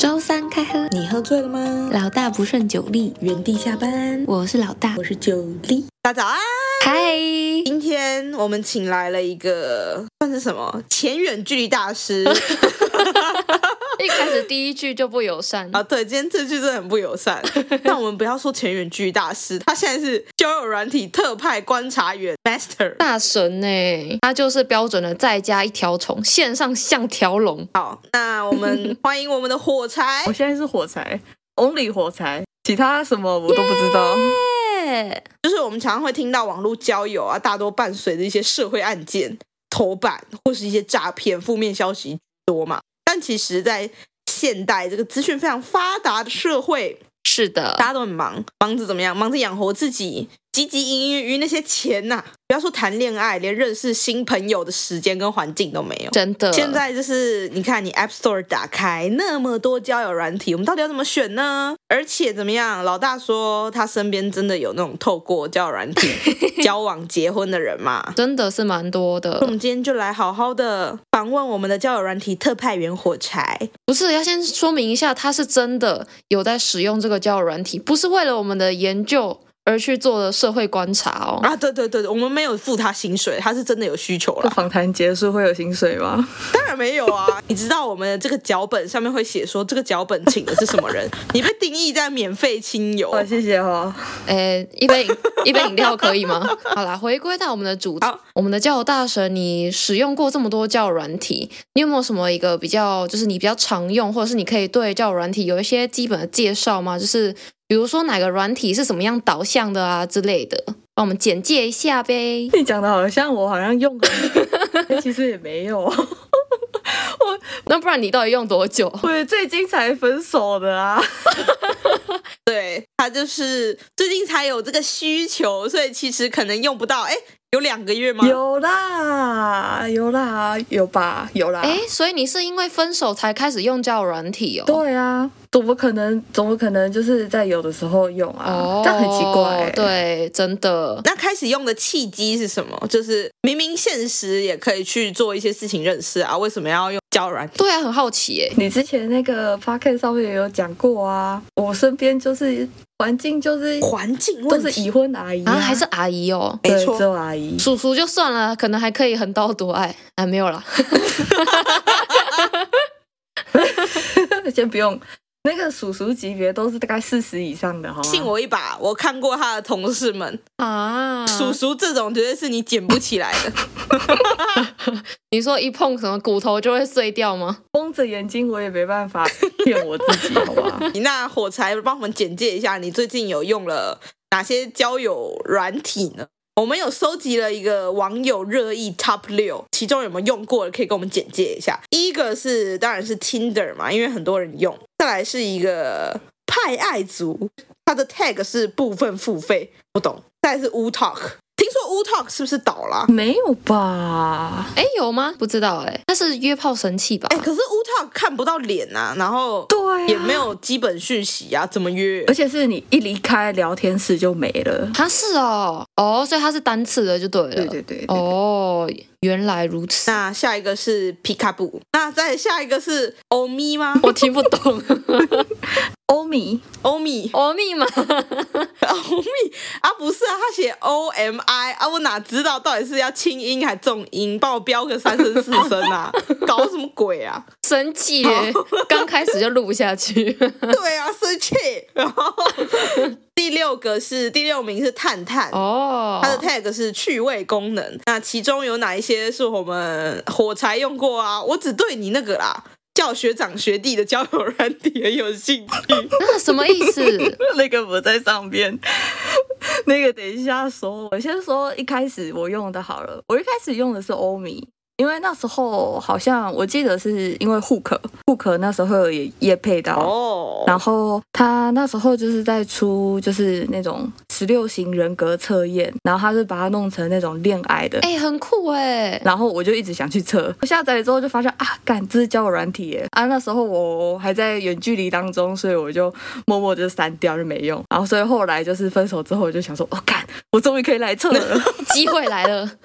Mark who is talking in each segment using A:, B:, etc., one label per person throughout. A: 周三开喝，
B: 你喝醉了吗？
A: 老大不顺酒力，
B: 原地下班，
A: 我是老大
B: 我。是九力。大家早安！
A: 嗨，
B: 今天我们请来了一个算是什么前远距离大师
C: 一开始第一句就不友善，
B: 啊？对，今天这句真的很不友 善。但我们不要说前远距离大师，他现在是交友软体特派观察员 Master。
C: 大神呢、欸他就是标准的再加一条虫，线上像条龙。
B: 好，那我们欢迎我们的火柴
D: 我。现在是火柴，only 火柴，其他什么我都不知
A: 哎
D: 道。
C: 耶
B: 就是我们常常会听到网络交友啊，大多伴随着一些社会案件、头版或是一些诈骗、负面消息多嘛。但其实，在现代这个资讯非常发达的社会，
C: 是的
B: 大，家都很忙，忙着怎么样？忙着养活自己，汲汲营营于那些钱呐、啊不要说谈恋爱，连认识新朋友的时间跟环境都没有。
C: 真的。
B: 现在就是你看，你 App Store 打开那么多交友软体，我们到底要怎么选呢？而且怎么样？老大说他身边真的有那种透过交友软体 交往结婚的人嘛？
C: 真的是蛮多
B: 我
C: 的，
B: 们今天就来好好的访问我们的交友软体特派员火柴。
C: 不是要先说明一下，他是真的有在使用这个交友软体，不是为了我们的研究而去做的社会观察哦。
B: 啊，对对对，我们没有付他薪水，他是真的有需求
D: 那
B: 啦。
D: 访谈结束会有薪水吗？
B: 当然没有啊，你知道我们的这个脚本上面会写说这个脚本请的是什么人， 你被定义在免费亲友。
D: 好，谢谢哦。
C: 诶，呃一杯 饮一杯饮料可以吗？好啦，回归到我们的主题
B: 好，
C: 我们的交友大神，你使用过这么多交友软体，你有没有什么一个比较，就是你比较常用，或者是你可以对交友软体有一些基本的介绍吗？就是比如说哪个软体是什么样导向的啊之类的，帮我们简介一下呗。
D: 你讲的好像我好像用过，但其实也没有。
C: 那不然你到底用多久？
D: 我最近才分手的啊，
B: 对他就是最近才有这个需求，所以其实可能用不到。哎，有两个月吗？
D: 有啦，有啦，有吧，有啦。
C: 诶，哎所以你是因为分手才开始用交友软体哦？
D: 对啊，怎么可能？怎么可能就是在有的时候用啊？
C: 哦，
D: 但很奇怪、欸。，
C: 对，真的。
B: 那开始用的契机是什么？就是明明现实也可以去做一些事情认识啊，为什么要用交友软体？
C: 对啊，很好奇诶。
D: 你之前那个 p o c a s t 上面也有讲过啊，我身边就是环境就是
B: 环境
D: 都
B: 问
D: 是
B: 题
D: 已婚阿姨
C: 啊，还是阿姨哦？
B: 没
D: 对
B: 错
D: 只有阿姨。
C: 叔叔就算了，可能还可以横刀夺爱啊，没有啦。
D: 先不用，那个叔叔级别都是大概四十以上的，好吗？
B: 信我一把，我看过他的同事们，
C: 啊，
B: 叔叔这种绝对是你捡不起来的。
C: 你说一碰什么骨头就会碎掉吗？
D: 蒙着眼睛，我也没办 法骗我自己，好吧？
B: 你那火柴帮我们简介一下，你最近有用了哪些交友软体呢？我们有收集了一个网友热议 Top 六，其中有没有用过的可以跟我们简介一下。第一个是当然是 Tinder 嘛，因为很多人用。再来是一个派爱族，它的 tag 是部分付费，不懂。再来是 U Talk，听说 U Talk 是不是倒了啊？
D: 没有吧？
C: 哎，有吗？不知道哎，那是约炮神器吧
B: 哎、？可是 U Talk 看不到脸啊，然后
D: 对、啊，
B: 也没。有基本讯息啊，怎么约
D: 而？且是你一离开聊天室就没了。
C: 他是哦，哦，所以他是单次的就对了。
D: 对对对对
C: 哦，原来如此，
B: 那下一个是皮卡布，那再下一个是欧米吗？
C: 我听不懂。
D: 欧米
B: 欧米，
C: 哦，密码
B: 欧米啊，不是啊，他写 O M I 啊，我哪知道到底是要轻音还重音？帮我标个三声四声 啊，搞什么鬼啊？
C: 神器耶，刚开始就录不下去。
B: 对啊，生 气。然后第六个是第六名是探探。
C: 哦，
B: 它的 tag 是趣味功能，那其中有哪一些是我们火柴用过啊？我只对你那个啦，叫学长学弟的交友软体很有兴趣。
C: 那什么意思？
D: 那个不在上边， 那个等一下说。我先说一开始我用的好了，我一开始用的是欧米。因为那时候好像我记得是因为 Hook，Hook 那时候也也配到
B: 哦
D: 然后他那时候就是在出就是那种十六型人格测验，然后他就把它弄成那种恋爱的。
C: 哎，很酷哎。
D: 然后我就一直想去测，我下载了之后就发现啊，干，这是交友软体耶！啊，那时候我还在远距离当中，所以我就默默就删掉，就没用。然后所以后来就是分 手之后，我就想说，哦，干，我终于可以来测了。
C: 机会来了。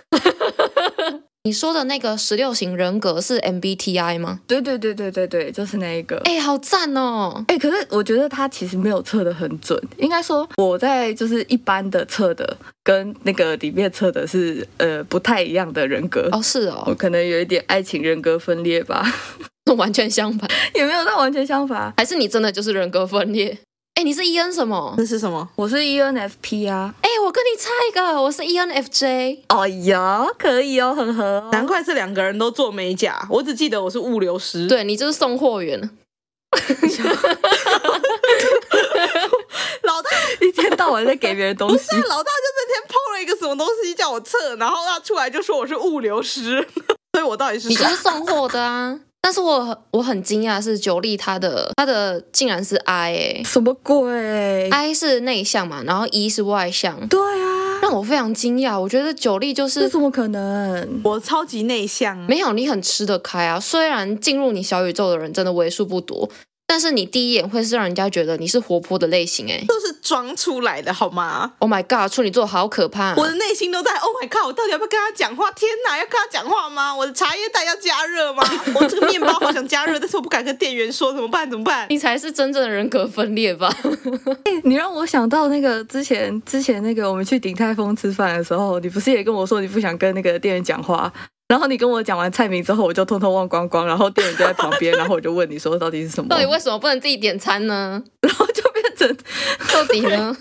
C: 你说的那个十六型人格是 MBTI 吗？
D: 对对对对对对，就是那一个。
C: 哎、好赞哦！
D: 哎、可是我觉得他其实没有测的很准，应该说我在就是一般的测的跟那个里面测的是呃不太一样的人格。
C: 哦，是
D: 我
C: 哦，
D: 可能有一点爱情人格分裂吧，
C: 完全相反，
D: 也没有到完全相反啊。
C: 还是你真的就是人格分裂？哎、你是 E N 什么？
B: 那是什么？
D: 我是 E ENFP 啊，
C: 哎、我跟你差一个，我是 E N F J。
D: 哎呀，可以哦，很合
C: 嗯
D: 哦。
B: 难怪这两个人都做美甲，我只记得我是物流师。，
C: 对你就是送货员，
B: 老大，
D: 一天到晚在给别人东
B: 不
D: 西
B: 是，啊老大，就那天 PO 了一个什么东西叫我测，然后他出来就说我是物流师， 所以我到底是
C: 你就
B: 啥
C: 是？送货的啊。 但是我很我很惊讶，是九力他的他的竟然是 I 哎、
D: 什么鬼？
C: i 是内向嘛，然后 E 是外向，
D: 对啊，
C: 让我非常惊讶。我觉得九力就
D: 这
C: 是
D: 怎么可能？
B: 我超级内向啊，
C: 没有你很吃得开啊。虽然进入你小宇宙的人真的为数不多，但是你第一眼会是让人家觉得你是活泼的类型哎、
B: 都是装出来的好吗？
C: Oh my god，处女座好可怕、啊！
B: 我的内心都在 Oh my God，我到底要不要跟他讲话？天哪，要跟他讲话吗？我的茶叶蛋要加热吗？ 我这个面包好想加热，但是我不敢跟店员说，怎么办？怎么办？
C: 你才是真正的人格分裂吧？
D: 你让我想到那个之前之前那个我们去鼎泰丰吃饭的时候，你不是也跟我说你不想跟那个店员讲话？然后你跟我讲完菜名之后，我就通通忘光光，然后店员就在旁边，然后我就问你说到底是什么，
C: 到底
D: 然
C: 为什么不能自己点餐呢？
D: 后就 变成
C: 到底呢？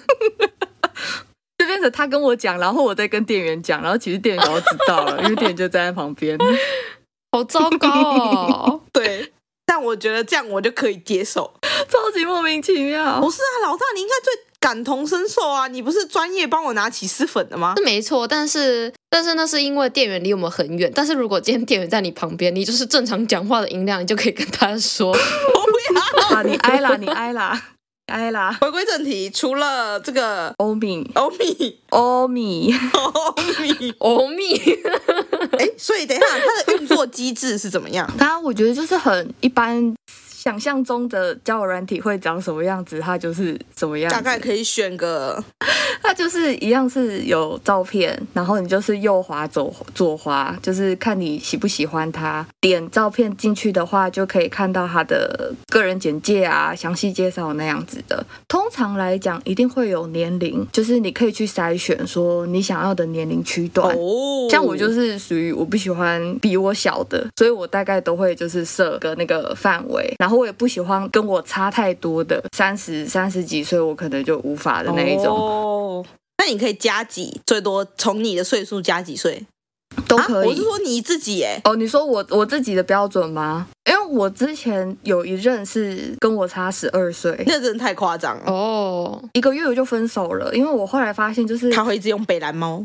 D: 就变成他跟我讲，然后我再跟店员讲，然后其实店员早就知道了，因为店员就站在旁 边。
C: 好糟糕哦！
B: 对，但我觉得这样我就可以接受。
D: 超级莫名其妙
B: 不。是啊，老大，你应该最感同身受啊！你不是专业帮我拿起司粉的吗？
C: 是没错，但是但是那是因为店员离我们很远。但是如果今天店员在你旁边，你就是正常讲话的音量，你就可以跟他说。
B: 我 不要。
D: 啊，你挨啦，你挨啦，你挨啦。
B: 回归正题，除了这个
D: 欧米，
B: 欧 米，
D: 欧米，
B: 欧米，
C: 哦蜜，
B: 哎，所以等一下，它的运作机制是怎么样？
D: 它我觉得就是很一般，想象中的交友软体会长什么样子，它就是什么样子。
B: 大概可以选个
D: 它就是一样是有照片，然后你就是右滑左左滑，就是看你喜不喜欢它。点照片进去的话，就可以看到它的个人简介啊、详细介绍那样子的。通常来讲，一定会有年龄，就是你可以去筛选说你想要的年龄区段。
B: 哦，
D: 像我就是属于我不喜欢比我小的，所以我大概都会就是设个那个范围，然后我也不喜欢跟我差太多的，三十三十几岁我可能就无法的那一种，
B: 哦，那你可以加几，最多从你的岁数加几岁
D: 都
B: 啊
D: 可
B: 我是
D: 以。
B: 说你自己哎，
D: 哦，你说我我自己的标准吗？因为我之前有一任是跟我差十二岁，
B: 那真的太夸张了。
C: 哦，
D: 一个月我就分手了，因为我后来发现就是
B: 他会一直用北蓝猫，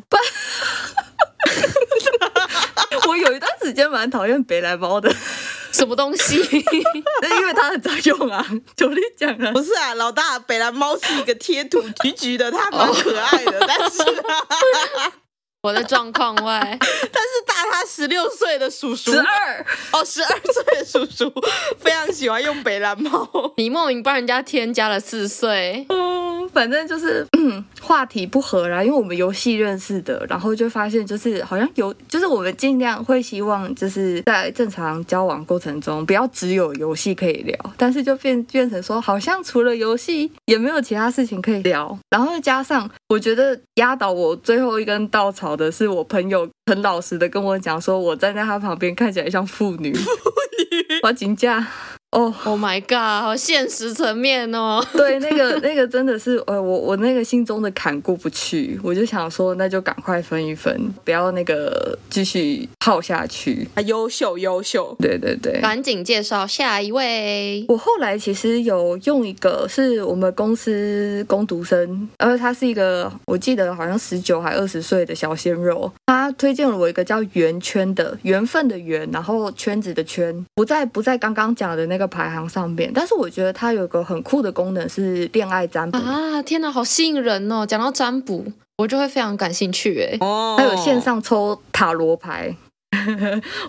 D: 我有一段时间蛮讨厌北来包的，
C: 什么东西？
D: 因为它很常用啊， 九力讲了。
B: 不是啊，老大，北蓝猫是一个贴图橘橘的，它蛮可爱的，但是啊
C: 我的状况外，
B: 但是大他十六岁的叔叔
D: 十二，
B: 哦，十二岁的叔叔非常喜欢用北蓝猫，
C: 你莫名帮人家添加了四岁，
D: 嗯，反正就是嗯，话题不合啦，因为我们游戏认识的，然后就发现就是好像有，就是我们尽量会希望就是在正常交往过程中，不要只有游戏可以聊，但是就变变成说，好像除了游戏也没有其他事情可以聊，然后再加上我觉得压倒我最后一根稻草的是我朋友很老实的跟我讲说，我站在他旁边看起来像妇女， 妇女，我请假哦。
C: ，Oh my god，好现实层面哦。
D: 对，那个那个真的是，呃，我我那个心中的坎过不去，我就想说，那就赶快分一分，不要那个继续耗下去。
B: 啊，优秀优秀，
D: 对对对。
C: 赶紧介绍下一位，
D: 我后来其实有用一个是我们公司工读生，而他是一个我记得好像十九还二十岁的小鲜肉，他推荐了我一个叫圆圈的缘分的缘，然后圈子的圈，不在不在刚刚讲的那个排行上面，但是我觉得它有一个很酷的功能是恋爱占卜。
C: 啊，天哪，好吸引人哦！讲到占卜，我就会非常感兴趣哎。
B: 哦
D: 还有线上抽塔罗牌，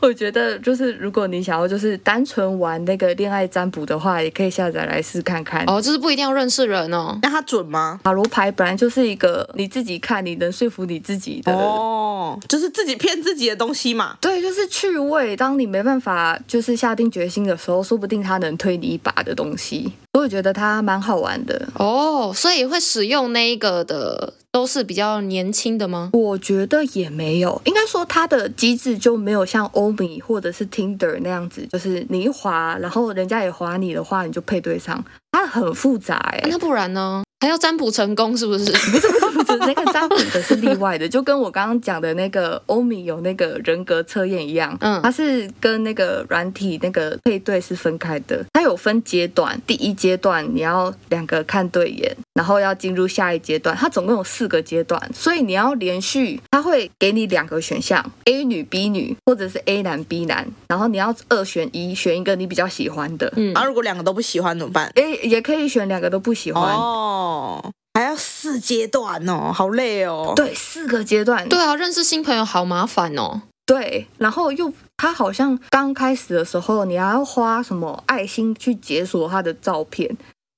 D: 我觉得就是如果你想要就是单纯玩那个恋爱占卜的话，也可以下载来试看看。
C: 哦，就是不一定要认识人哦。
B: 那它准吗？
D: 塔罗牌本来就是一个你自己看，你能说服你自己的。
B: 哦，就是自己骗自己的东西嘛。
D: 对，就是趣味。当你没办法就是下定决心的时候，说不定它能推你一把的东西。所以我觉得它蛮好玩的。
C: 哦，所以会使用那一个的都是比较年轻的吗？
D: 我觉得也没有，应该说它的机制就没有像欧米或者是 Tinder 那样子，就是你一滑，然后人家也滑你的话，你就配对上。它很复杂哎、
C: 啊那不然呢？还要占卜成功是 不是？
D: 不是那个占卜的是例外的，就跟我刚刚讲的那个欧米有那个人格测验一样，
C: 嗯
D: 它是跟那个软体那个配对是分开的，它有分阶段，第一阶段你要两个看对眼，然后要进入下一阶段，它总共有四个阶段，所以你要连续，它会给你两个选项，A 女 B 女，或者是 A 男 B 男，然后你要二选一，选一个你比较喜欢的，
C: 嗯
B: 啊然，后如果两个都不喜欢怎么办？
D: 诶，也可以选两个都不喜欢，
B: 哦，还要四阶段哦，好累哦。
D: 对，四个阶段，
C: 对啊，认识新朋友好麻烦哦。
D: 对，然后又他好像刚开始的时候，你还要花什么爱心去解锁他的照片。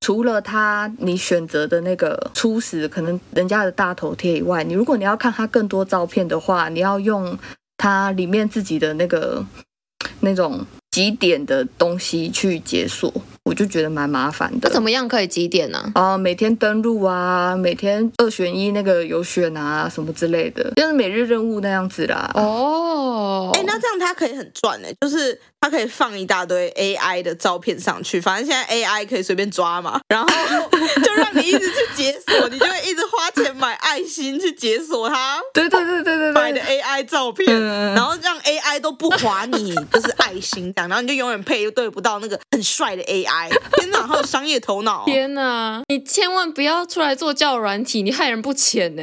D: 除了他你选择的那个初始可能人家的大头贴以外，你如果你要看他更多照片的话，你要用他里面自己的那个那种几点的东西去解锁，我就觉得蛮麻烦的。
C: 那怎么样可以几点呢、
D: 啊，每天登录啊，每天二选一那个有选啊，什么之类的，就是每日任务那样子啦。
C: 哦，
B: 哎、那这样它可以很赚呢、欸就是它可以放一大堆 AI 的照片上去，反正现在 AI 可以随便抓嘛， 然后就让你一直去解锁，你就会一直花钱买爱心去解锁它
D: 对对对对对
B: 买
D: 对
B: 的，AI 照片，
D: 嗯
B: 然后让 AI 都不划你，就是爱心这样，然后你就永远配对不到那个很帅的 AI。天哪，好有商业头脑、哦！
C: 天哪！你千万不要出来做教软体，你害人不浅呢、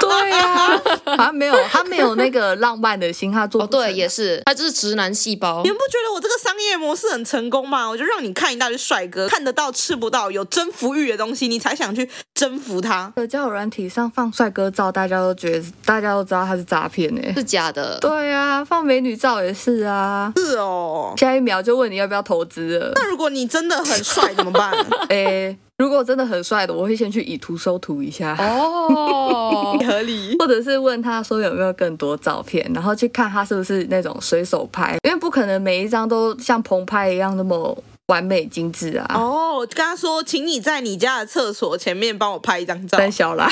D: 对呀、啊，他没有，他没有那个浪漫的心，他做
C: 哦，
D: 不成
C: 对，也是，他就是直男细胞
B: 你。们不觉得我这个商业模式很成功吗？我就让你看一大堆帅哥，看得到吃不到，有征服欲的东西，你才想去征服他。
D: 的交友软体上放帅哥照，大家都觉得，大家都知道他是诈骗 哎。
C: 是假的，
D: 对啊，放美女照也是啊，
B: 是哦。
D: 下一秒就问你要不要投资 了。
B: 那如果你真的很帅怎么办？，
D: 诶，如果真的很帅的，我会先去以图搜图一下。
C: 哦
B: 合理。
D: 或者是问他说有没有更多照片，然后去看他是不是那种随手拍，因为不可能每一张都像棚拍一样那么完美精致啊。
B: 哦，我跟他说，请你在你家的厕所前面帮我拍一张照。
D: 三小啦，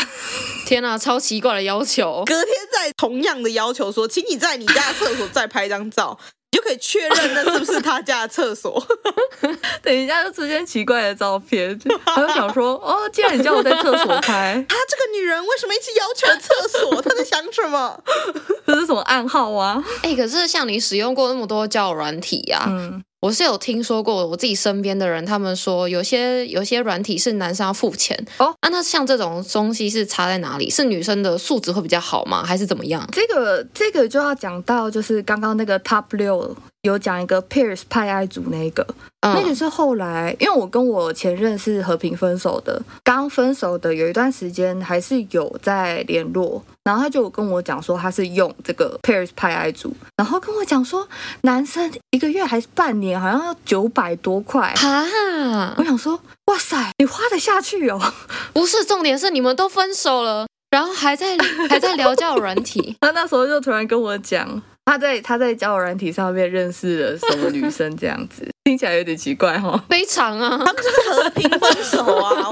C: 天哪，超奇怪的要求。
B: 隔天再同样的要求说，请你在你家的厕所再拍一张照，你就可以确认那是不是他家的厕所。
D: 等一下就出现奇怪的照片， 我就想说，哦，既然你叫我在厕所拍，
B: 他这个女人为什么一直要求厕所？她在想什么？
D: 这是什么暗号啊？
C: 哎、可是像你使用过那么多教软体呀、
D: 嗯，
C: 我是有听说过，我自己身边的人他们说，有些有些软体是男生要付钱
D: 哦。
C: 啊，那像这种东西是差在哪里？是女生的素质会比较好吗？还是怎么样？
D: 这个这个就要讲到，就是刚刚那个 Top 六有讲一个 Pierce 派爱组那个，那个
C: 嗯，
D: 是后来，因为我跟我前任是和平分手的，刚分手的有一段时间还是有在联络，然后他就有跟我讲说他是用这个 Pairs 派爱组，然后跟我讲说男生一个月还是半年好像要九百多块，
C: 哈
D: 我，想说哇塞，你花得下去哦，
C: 不是，重点是你们都分手了，然后 还在还在聊交友软体。
D: 他那时候就突然跟我讲。他在他在交友软体上面认识了什么女生这样子， 听起来有点奇怪哈、哦。
C: 非常啊
B: 他们就是和平分手啊！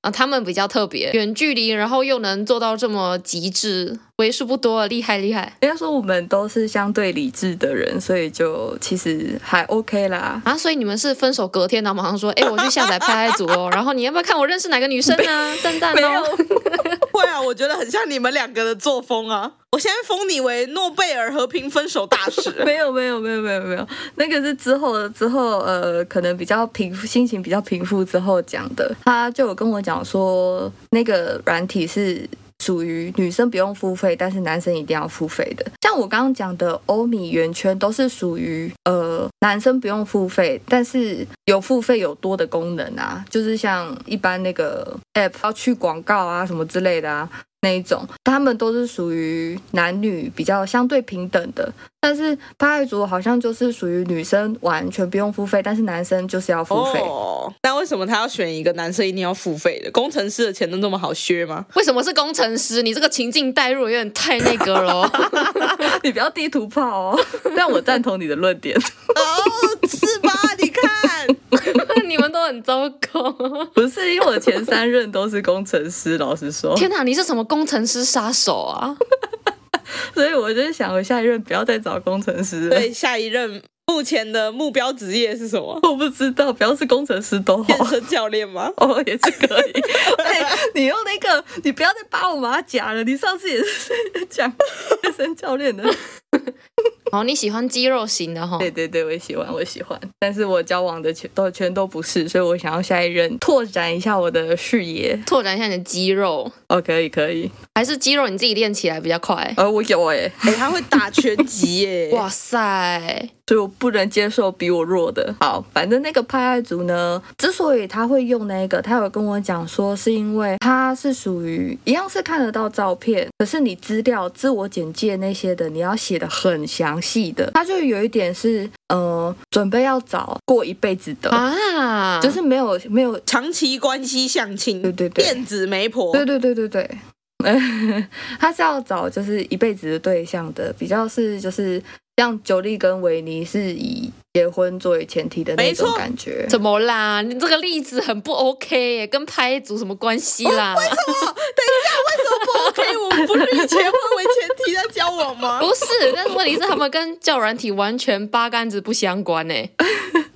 C: 啊！他们比较特别，远距离，然后又能做到这么极致，为数不多，啊厉害厉害
D: 应该说我们都是相对理智的人，所以就其实还 OK 啦。
C: 啊！所以你们是分手隔天，然后马上 说，哎，我去下载派爱组哦，然后你要不要看我认识哪个女生啊？赞赞
D: 没
C: 哦
D: 有。
B: 会啊，我觉得很像你们两个的作风啊！我现在封你为诺贝尔和平分手大使。
D: 没有没有没有没有没有，那个是之后之后呃，可能比较平复，心情比较平复之后讲的。他就有跟我讲说，那个软体是属于女生不用付费，但是男生一定要付费的。像我刚刚讲的欧米圆圈都是属于呃男生不用付费，但是有付费有多的功能啊，就是像一般那个 app 要去广告啊什么之类的啊那一种，他们都是属于男女比较相对平等的。但是八爱族好像就是属于女生完全不用付费，但是男生就是要付费。
B: 哦，那为什么他要选一个男生一定要付费的？工程师的钱都那么好削吗？
C: 为什么是工程师？你这个情境代入有点太那个了 哦。
D: 你不要地图炮哦，但我赞同你的论点。
B: 哦，是 吧？你看，
C: 你们都很糟 糕。
D: 不是因为我前三任都是工程师，老实说，
C: 天哪，你是什么工程师杀手啊？
D: 所以我就是想我下一任不要再找工程师了。
B: 所以下一任目前的目标职业是什么？
D: 我不知道，不要是工程师都好
B: 健。身教练吗？
D: 哦，也是可以。哎、你用那个，你不要再扒我马甲了。你上次也是讲健身教练的。
C: 哦，你喜欢肌肉型的哈、
D: 对对对，我喜欢，我喜欢。但是我交往的全都全都不是，所以我想要下一任拓展一下我的视野。
C: 拓展一下你的肌肉，
D: 哦，可以可以。
C: 还是肌肉你自己练起来比较快？
D: 呃，我有哎、
B: 哎、他会打拳击 耶！
D: 呃
C: 哇塞，
D: 所以我不能接受比我弱的。好，反正那个派爱族呢，之所以他会用那个，他有跟我讲说，是因为他是属于一样是看得到照片，可是你资料、自我简介那些的，你要写的很详细的。他就有一点是，呃，准备要找过一辈子的，
C: 啊，
D: 呃就是没有没有，
B: 长期关系相亲，
D: 对对对
B: 电子媒婆，
D: 对对对对 对。他是要找就是一辈子的对象的，比较是就是像九力跟维尼是以结婚作为前提的那种
B: 没错
D: 感觉，
C: 怎么啦？你这个例子很不 OK 耶，跟拍组什么关系
D: 哦
C: 啦？
B: OK，我们不是以结婚为前提在交往吗？
C: 不是，但是问题是他们跟教软体完全八竿子不相关哎。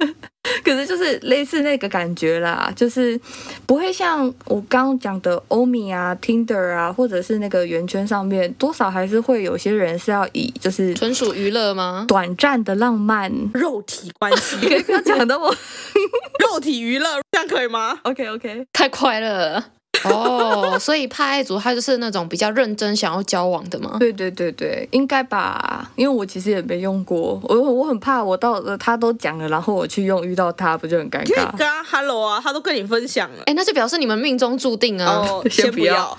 D: 可是就是类似那个感觉啦，就是不会像我刚刚讲的欧米啊、Tinder 啊，或者是那个圆圈上面，多少还是会有些人是要以就是
C: 纯属娱乐吗？
D: 短暂的浪漫。
B: 肉体关 系，
D: 不要讲的我
B: 肉体娱乐，这样可以吗？
D: OK OK，
C: 太快乐 了哦！所以怕爱族他就是那种比较认真想要交往的吗？
D: 对对对对，应该吧，因为我其实也没用过，我我很怕我到了他都讲了，然后我去用遇到他，不就很尴
B: 可以
D: 尬
B: 跟？他 hello 啊，他都跟你分享了。
C: 哎，那就表示你们命中注定啊！
B: 哦，
D: 先
B: 先
D: 不
B: 不
D: 要
B: 要，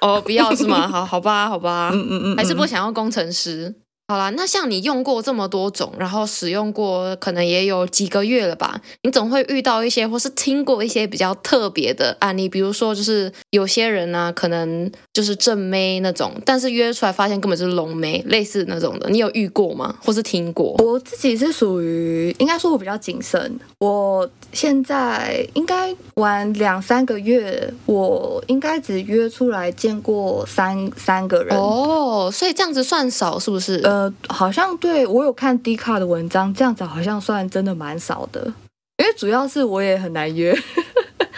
C: 哦，不要是吗？好好吧，好吧，
D: 嗯嗯嗯，
C: 还是不想要工程师。好啦，那像你用过这么多种，然后使用过可能也有几个月了吧，你总会遇到一些或是听过一些比较特别的案例，比如说就是有些人呢、可能就是正妹那种，但是约出来发现根本就是龙妹，类似那种的，你有遇过吗？或是听过？
D: 我自己是属于，应该说我比较谨慎。我现在应该玩两三个月，我应该只约出来见过三三个人。
C: 哦，所以这样子算少是不是？
D: 呃，好像对我有看 D 卡的文章，这样子好像算真的蛮少的，因为主要是我也很难约。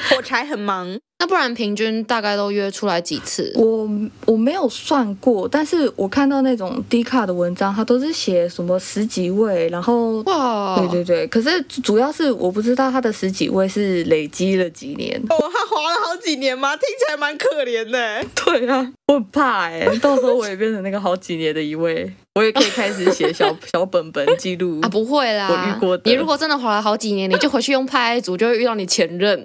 B: 火柴很忙，
C: 那不然平均大概都约出来几次？
D: 我我没有算过，但是我看到那种 D 卡的文章，它都是写什么十几位，然后
C: 哇，
D: 对对对，可是主要是我不知道他的十几位是累积了几年。
B: 哦，他滑了好几年吗？听起来蛮可怜的。
D: 对啊，我很怕哎、 到时候我也变成那个好几年的一位，我也可以开始写 小小本本记录
C: 啊，不会啦，
D: 我遇过的
C: 你如果真的滑了好几年，你就回去用派爱组，就会遇到你前任。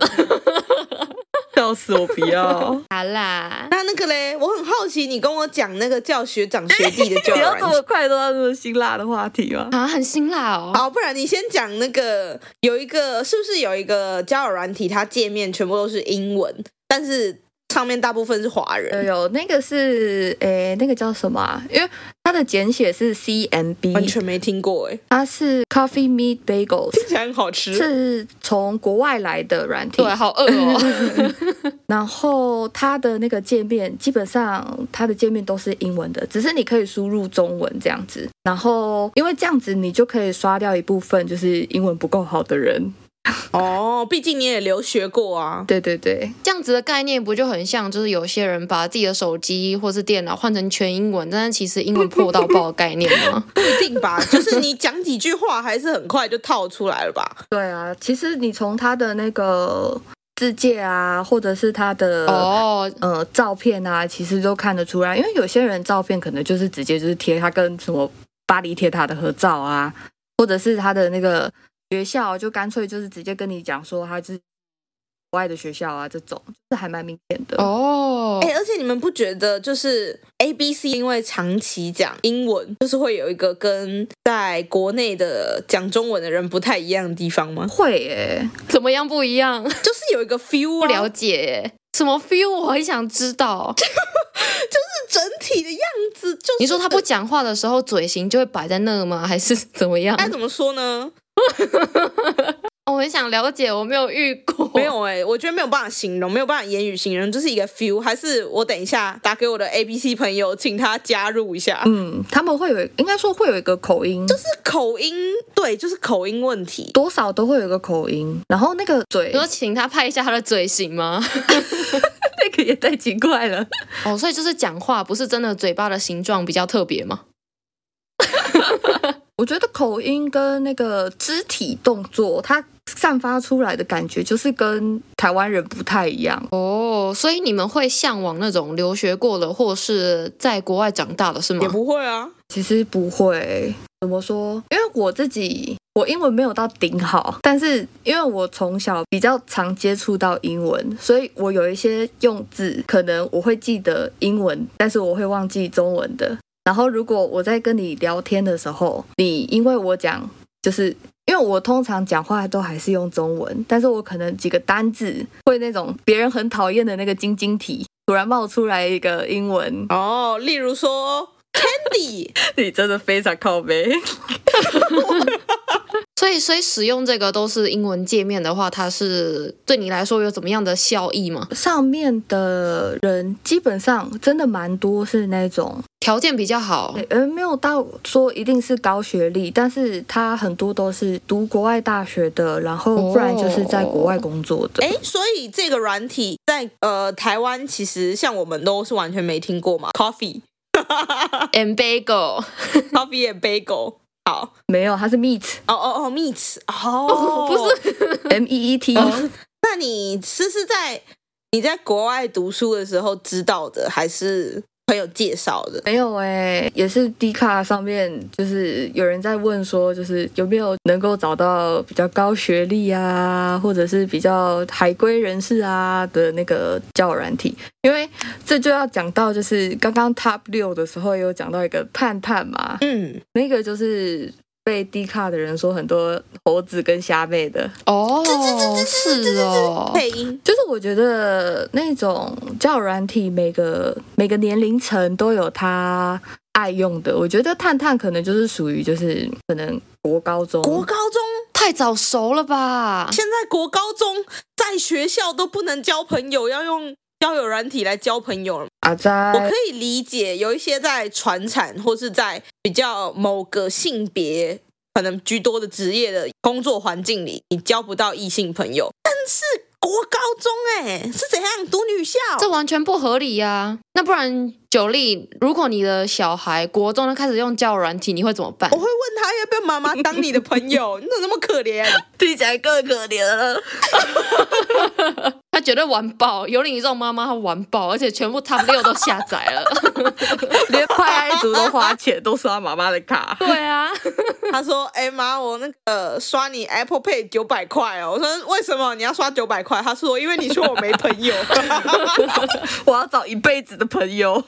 D: 笑死我不 要！
C: 好啦，
B: 那那个嘞，我很好奇，你跟我讲那个叫学长学弟的交
D: 你
B: 友
D: 要这
B: 软件
D: 么快都到这么辛辣的话题吗？
C: 啊，很辛辣哦。
B: 好，不然你先讲那个有一个是不是有一个交友软体，它界面全部都是英文，但是上面大部分是华
D: 有
B: 人，
D: 呃有，那个是诶、那个叫什么、啊？因为它的简写是
B: 完
D: CMB，
B: 全没听过哎，
D: 它是 Coffee Meet Bagels，
B: 听起来很好吃。
D: 是从国外来的软体
C: 对，。好饿 哦。
D: 然后它的那个界面，基本上它的界面都是英文的，只是你可以输入中文这样子。然后因为这样子，你就可以刷掉一部分就是英文不够好的人。
B: 哦，毕竟你也留学过啊。
D: 对对对，
C: 这样子的概念不就很像，就是有些人把自己的手机或是电脑换成全英文，但是其实英文破到爆的概念 吗？
B: 不一定吧，就是你讲几句话，还是很快就套出来了吧？
D: 对啊，其实你从它的那个字界啊，或者是它的。
C: 哦，
D: 呃，照片啊，其实都看得出来，因为有些人照片可能就是直接就是贴他跟什么巴黎铁塔的合照啊，或者是他的那个学校，就干脆就是直接跟你讲说他就是国外的学校啊，这种这还蛮明显的。
C: 哦
B: 哎、，而且你们不觉得就是 A B C 因为长期讲英文，就是会有一个跟在国内的讲中文的人不太一样的地方吗？
D: 会耶、
C: 怎么样不一样？
B: 就是有一个 feel
C: 不
B: 啊，
C: 了解什么 feel，我很想 知道。
B: 整体的样子就是。
C: 你说他不讲话的时候，嘴型就会摆在那吗？还是怎 么样？
B: 该怎么说呢？
C: 我很想了解，我没有遇过。
B: 没有哎、我觉得没有办法形容，没有办法言语形容，就是一个 feel。还是我等一下打给我的 A B C 朋友，请他加入一下。
D: 嗯，他们会有，应该说会有一个口音，就是
B: 是口音，对，就是口音问题。
D: 多少都会有一个口音，然后那个嘴
C: 你，说请他拍一下他的嘴型 吗？
D: 那个也太奇怪了。
C: 哦，所以就是讲话不是真的嘴巴的形状比较特别吗？
D: 我觉得口音跟那个肢体动作，它散发出来的感觉就是跟台湾人不太一样。
C: 哦，所以你们会向往那种留学过的或是在国外长大的是吗
B: 也？不会啊，
D: 其实不会，怎么说？因为我自己我英文没有到顶好，但是因为我从小比较常接触到英文，所以我有一些用字可能我会记得英文，但是我会忘记中文的。然后如果我在跟你聊天的时候，你因为我讲就是。因为我通常讲话都还是用中文，但是我可能几个单字会那种别人很讨厌的那个晶晶体，突然冒出来一个英文，
B: 哦，例如说 Candy，
D: 你真的非常靠背。
C: 所以，所以使用这个都是英文界面的话，它是对你来说有怎么样的效益吗？
D: 上面的人基本上真的蛮多是那种，
C: 条件比较好
B: 嗯
D: 对，呃，没有到说一定是高学历，但是他很多都是读国外大学的，然后不然就是在国外工作的。
B: 哎，所以这个软体在呃台湾其实像我们都是完全没听过嘛。Coffee，Coffee 啊
C: ，and bagel。
B: and Bagel，好，
D: 没有，他是 meet
B: 哦哦哦，Meat，哦，
C: 不
B: 是，
D: M E E T，、
B: 哦 那你是是在你在国外读书的时候知道的，还是朋友介绍的？
D: 没有哎、也是 D 卡上面就是有人在问说，就是有没有能够找到比较高学历啊，或者是比较海归人士啊的那个交友软体，因为这就要讲到就是刚刚 Top 六的时候有讲到一个探探嘛，
B: 嗯，
D: 那个就是被 D 卡的人说很多猴子跟虾妹的，
C: 哦，是哦，
B: 嗯配音
D: 就是我觉得那种交友软体，每个每个年龄层都有他爱用的。我觉得探探可能就是属于就是可能国高中，
B: 国高中
C: 太早熟了吧？
B: 现在国高中在学校都不能交朋友，要用交友软体来交朋友了。
D: 啊
B: 我可
D: 在
B: 以理解有一些在传产或是在比较某个性别可能居多的职业的工作环境里，你交不到异性朋友。但是国高中哎、是怎样读女校？
C: 这完全不合理呀、啊那不然，九力，如果你的小孩国中就开始用交友软体，你会怎么办
B: 我？会问他要不要妈妈当你的朋友，你怎么那么可怜？
D: 听起来更可怜了。
C: 他绝对完爆，有你这种妈妈，她完爆，而且全部 Top 六都下载 了。
D: 连快爱族都花钱，都刷妈妈的卡。
C: 对啊，
B: 他说：“哎、妈，我那个刷你 Apple Pay 九百块哦。”我说：“为什么你要刷九百块？”他说：“因为你说我没朋友。
D: 我要找一辈子的朋友，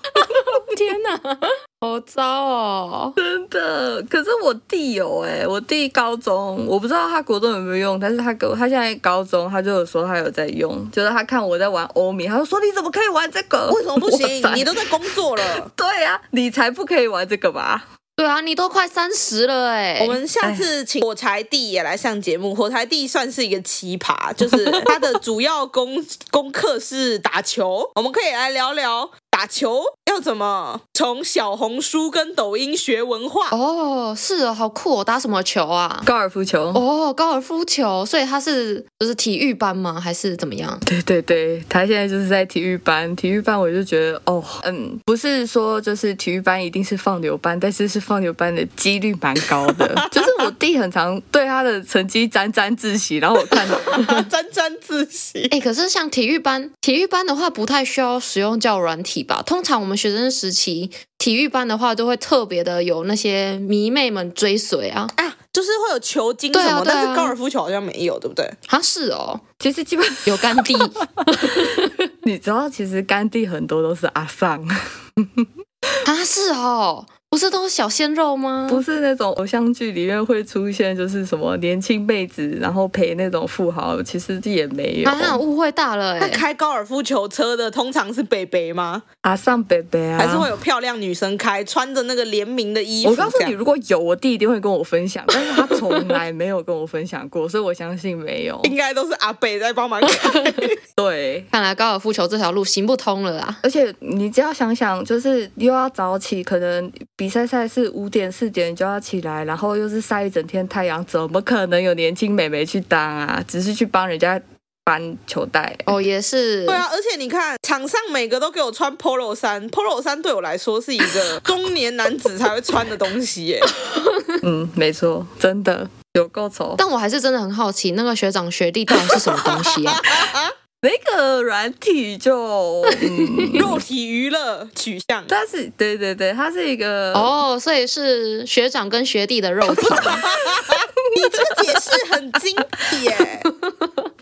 C: 天哪， 好糟哦！
D: 真的。可是我弟有哎、我弟高中，我不知道他国中有没有用，但是他给我，他现在高中，他就有说他有在用，就是他看我在玩欧米，他就说你怎么可以玩这个？
B: 为什么不 行
D: 哇塞？
B: 你都在工作了。
D: 对呀、你才不可以玩这个吧？
C: 对啊，你都快三十了哎、
B: 我们下次请火柴弟也来上节目。火柴弟算是一个奇葩，就是 他的主要功功课是打球。我们可以来聊聊打球要怎么从小红书跟抖音学文化。
C: 哦，是哦，好酷哦！打什么球啊？
D: 高尔夫球，
C: 哦，高尔夫球，所以他是就是体育班吗？还是怎么样？
D: 对对对，他现在就是在体育班。体育班我就觉得，哦，嗯，不是说就是体育班一定是放牛班，但是是放牛班的几率蛮高 的。就是我弟很常对他的成绩沾沾自喜，然后我 看到
B: 沾沾自喜，
C: 哎，可是像体育班，体育班的话不太需要使用教软体吧？通常我们学生时期体育班的话，都会特别的有那些迷妹们追随啊。
B: 就是会有球精
C: 对啊
B: 什么，
C: 对啊
B: 但是高尔夫球好像没有，对不对？
C: 啊，是哦，
D: 其实基本
C: 有干地，
D: 你知道，其实甘地很多都是阿桑，
C: 嗯啊，是哦，不是都是小鲜肉吗？
D: 不是那种偶像剧里面会出现，就是什么年轻妹子，然后陪那种富豪，其实也没有。
C: 啊，那我误会大了
B: 那
C: 哎、
B: 开高尔夫球车的通常是北北吗？
D: 阿桑贝贝啊，
B: 还是会有漂亮女生开，穿着那个联名的衣服？
D: 我告诉
B: 这
D: 你，
B: 样，
D: 如果有，我弟一定会跟我分 享，但是他从来没有跟我分享过，所以我相信没 有。
B: 应该都是阿北在帮忙开。
D: 对，
C: 看来高尔夫球这条路行不通了啊啦。
D: 而且你只要想想，就是又要早起，可能比赛赛事五点四点就要起来，然后又是晒一整天太阳，怎么可能有年轻美眉去当啊？只是去帮人家搬球 袋。
C: 哦，也是，
B: 对啊，而且你看，场上每个都给我穿 polo 衫，polo 衫对我来说是一个 中年男子才会穿的东西耶。
D: 嗯，没错，真的有够丑。
C: 但我还是真的很好奇，那个学长学弟到底是什么东西 啊？
D: 那个软体就， 嗯、
B: 肉体娱乐取 向，
D: 但是对对对，它是一个
C: 哦，所以是学长跟学弟的肉体，
B: 你这个解释很经 典。哎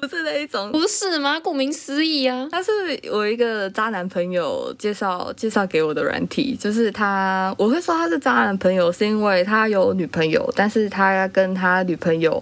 D: 不是那一种
C: 不是吗？顾名思义啊。
D: 他是我一个渣男朋友介绍介绍给我的软体，就是他，我会说他是渣男朋友，是因为他有女朋友，但是他跟他女朋友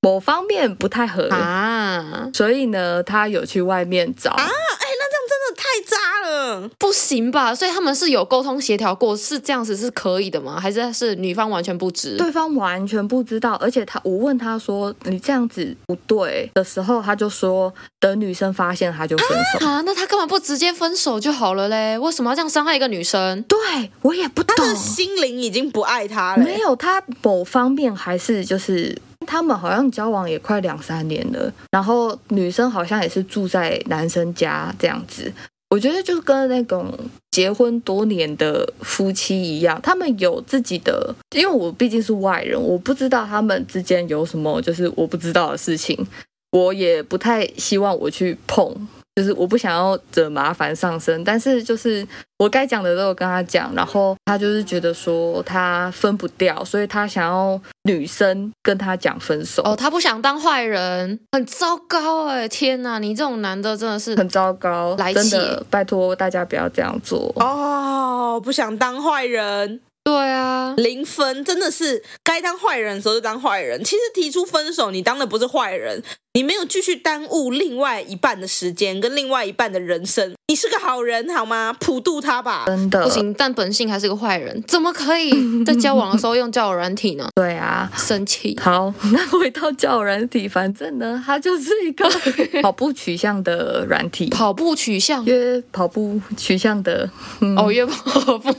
D: 某方面不太合，
C: 啊，
D: 所以呢，他有去外面找。
B: 哎，那这样真的太渣了。
C: 不行吧？所以他们是有沟通协调过，是这样子是可以的吗？还是是女方完全不知？
D: 对方完全不知道，而且他我问他说你这样子不对的时候，他就说等女生发现他就分手。
C: 啊，那他干嘛不直接分手就好了嘞？为什么要这样伤害一个女生？
D: 对我也不懂
B: 他，的心灵已经不爱他了。
D: 没有，他某方面还是就是他们好像交往也快两三年了，然后女生好像也是住在男生家这样子。我觉得就跟那种结婚多年的夫妻一样，他们有自己的，因为我毕竟是外人，我不知道他们之间有什么就是我不知道的事情，我也不太希望我去碰，就是我不想要惹麻烦上身，但是就是我该讲的都有跟他讲，然后他就是觉得说他分不掉，所以他想要女生跟他讲分手，
C: 哦，他不想当坏人，很糟糕哎！天哪，你这种男的真的是
D: 很糟糕，
C: 来
D: 真
C: 气
D: 的，拜托大家不要这样做。
B: 哦，不想当坏人，
C: 对啊，
B: 零分真的是该当坏人的时候就当坏人。其实提出分手，你当的不是坏人，你没有继续耽误另外一半的时间跟另外一半的人生，你是个好人好吗？普渡他吧。
D: 真的
C: 不行，但本性还是个坏人，怎么可以在交往的时候用交友软体呢？
D: 对啊，
C: 生 气，
D: 好， 那回到交友软体，反正呢，它就是一个 跑步取向的软体，
C: 跑步取向，
D: 约跑步取向的。
C: 哦，约跑 步，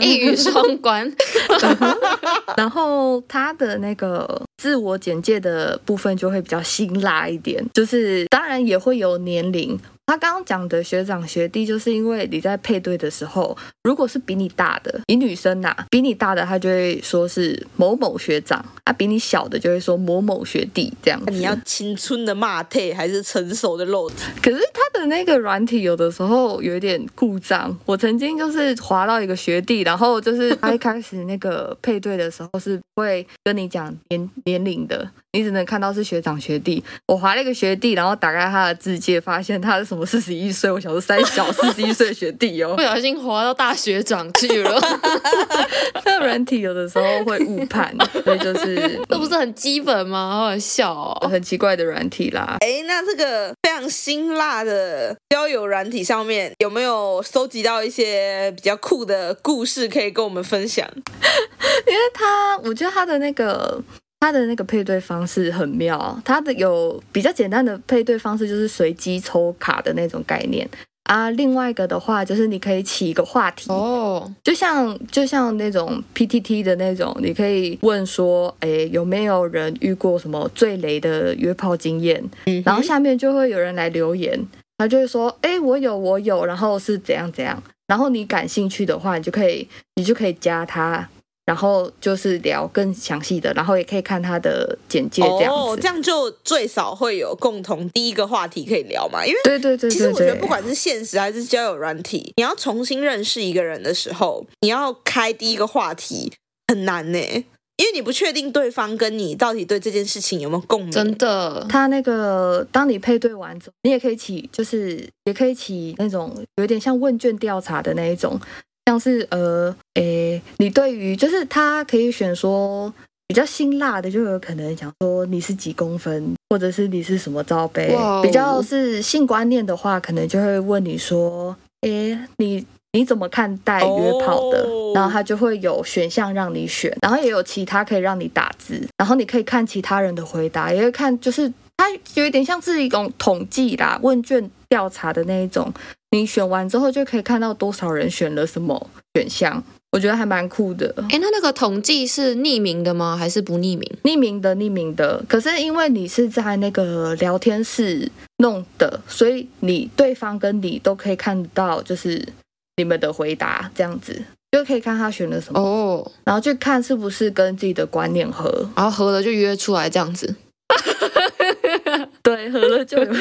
C: 一语双关，
D: 然后它的那个自我简介的部分就会比较辛辣一点，就是当然也会有年龄。他刚刚讲的学长学弟，就是因为你在配对的时候，如果是比你大的，以女生呐、比你大的，他就会说是某某学长；啊，比你小的就会说某某学弟这样子。
B: 哎你要青春的骂退还是成熟的肉体？
D: 可是他的那个软体有的时候有一点故障，我曾经就是滑到一个学弟，然后就是他一开始那个配对的时候是不会跟你讲年年龄的，你只能看到是学长学弟。我滑了一个学弟，然后打开他的字界，发现他是什么四十一岁，我想说三小四十一岁的学弟哦
C: 不。小心滑到大学长去了，
D: 那个软体有的时候会误判，所以就是
C: 这不是很基本吗？好好笑哦。
D: 很奇怪的软体啦。
B: 哎，那这个非常辛辣的交友软体上面有没有收集到一些比较酷的故事可以跟我们分享？
D: 因为他，我觉得他的那个他的那个配对方式很妙，啊他的有比较简单的配对方式就是随机抽卡的那种概念啊。另外一个的话就是你可以起一个话题，
C: 哦，
D: 就像就像那种 PTT 的那种，你可以问说，诶，有没有人遇过什么最雷的约炮经验？
B: 嗯哼
D: 然后下面就会有人来留言，他就会说，诶，我有我有，然后是怎样怎样。然后你感兴趣的话，你就可以你就可以加他，然后就是聊更详细的，然后也可以看他的简介这样子。
B: 哦，这样就最少会有共同第一个话题可以聊嘛，因为。
D: 对对对对对。
B: 其实我觉得，不管是现实还是交友软体，你要重新认识一个人的时候，你要开第一个话题很难呢、因为你不确定对方跟你到底对这件事情有没有共鸣。
C: 真的，
D: 它那个，当你配对完之后，你也可以起，就是也可以起那种有点像问卷调查的那一种，像是呃，诶，你对于就是它可以选说比较辛辣的，就有可能讲说你是几公分，或者是你是什么罩杯
C: 哇哦，
D: 比较是性观念的话，可能就会问你说，诶，你。你怎么看待约炮的
B: 哦，
D: 然后它就会有选项让你选，然后也有其他可以让你打字，然后你可以看其他人的回答，也会看就是它有一点像是一种统计啦，问卷调查的那一种。你选完之后就可以看到多少人选了什么选项，我觉得还蛮酷的。
C: 哎，那那个统计是匿名的吗？还是不匿名？
D: 匿名的，匿名的。可是因为你是在那个聊天室弄的，所以你对方跟你都可以看到，就是你们的回答这样子，就可以看他选了什么。
C: 哦，
D: 然后去看是不是跟自己的观念合。
C: 然后合了就约出来这样 子。
D: 对，合了就有。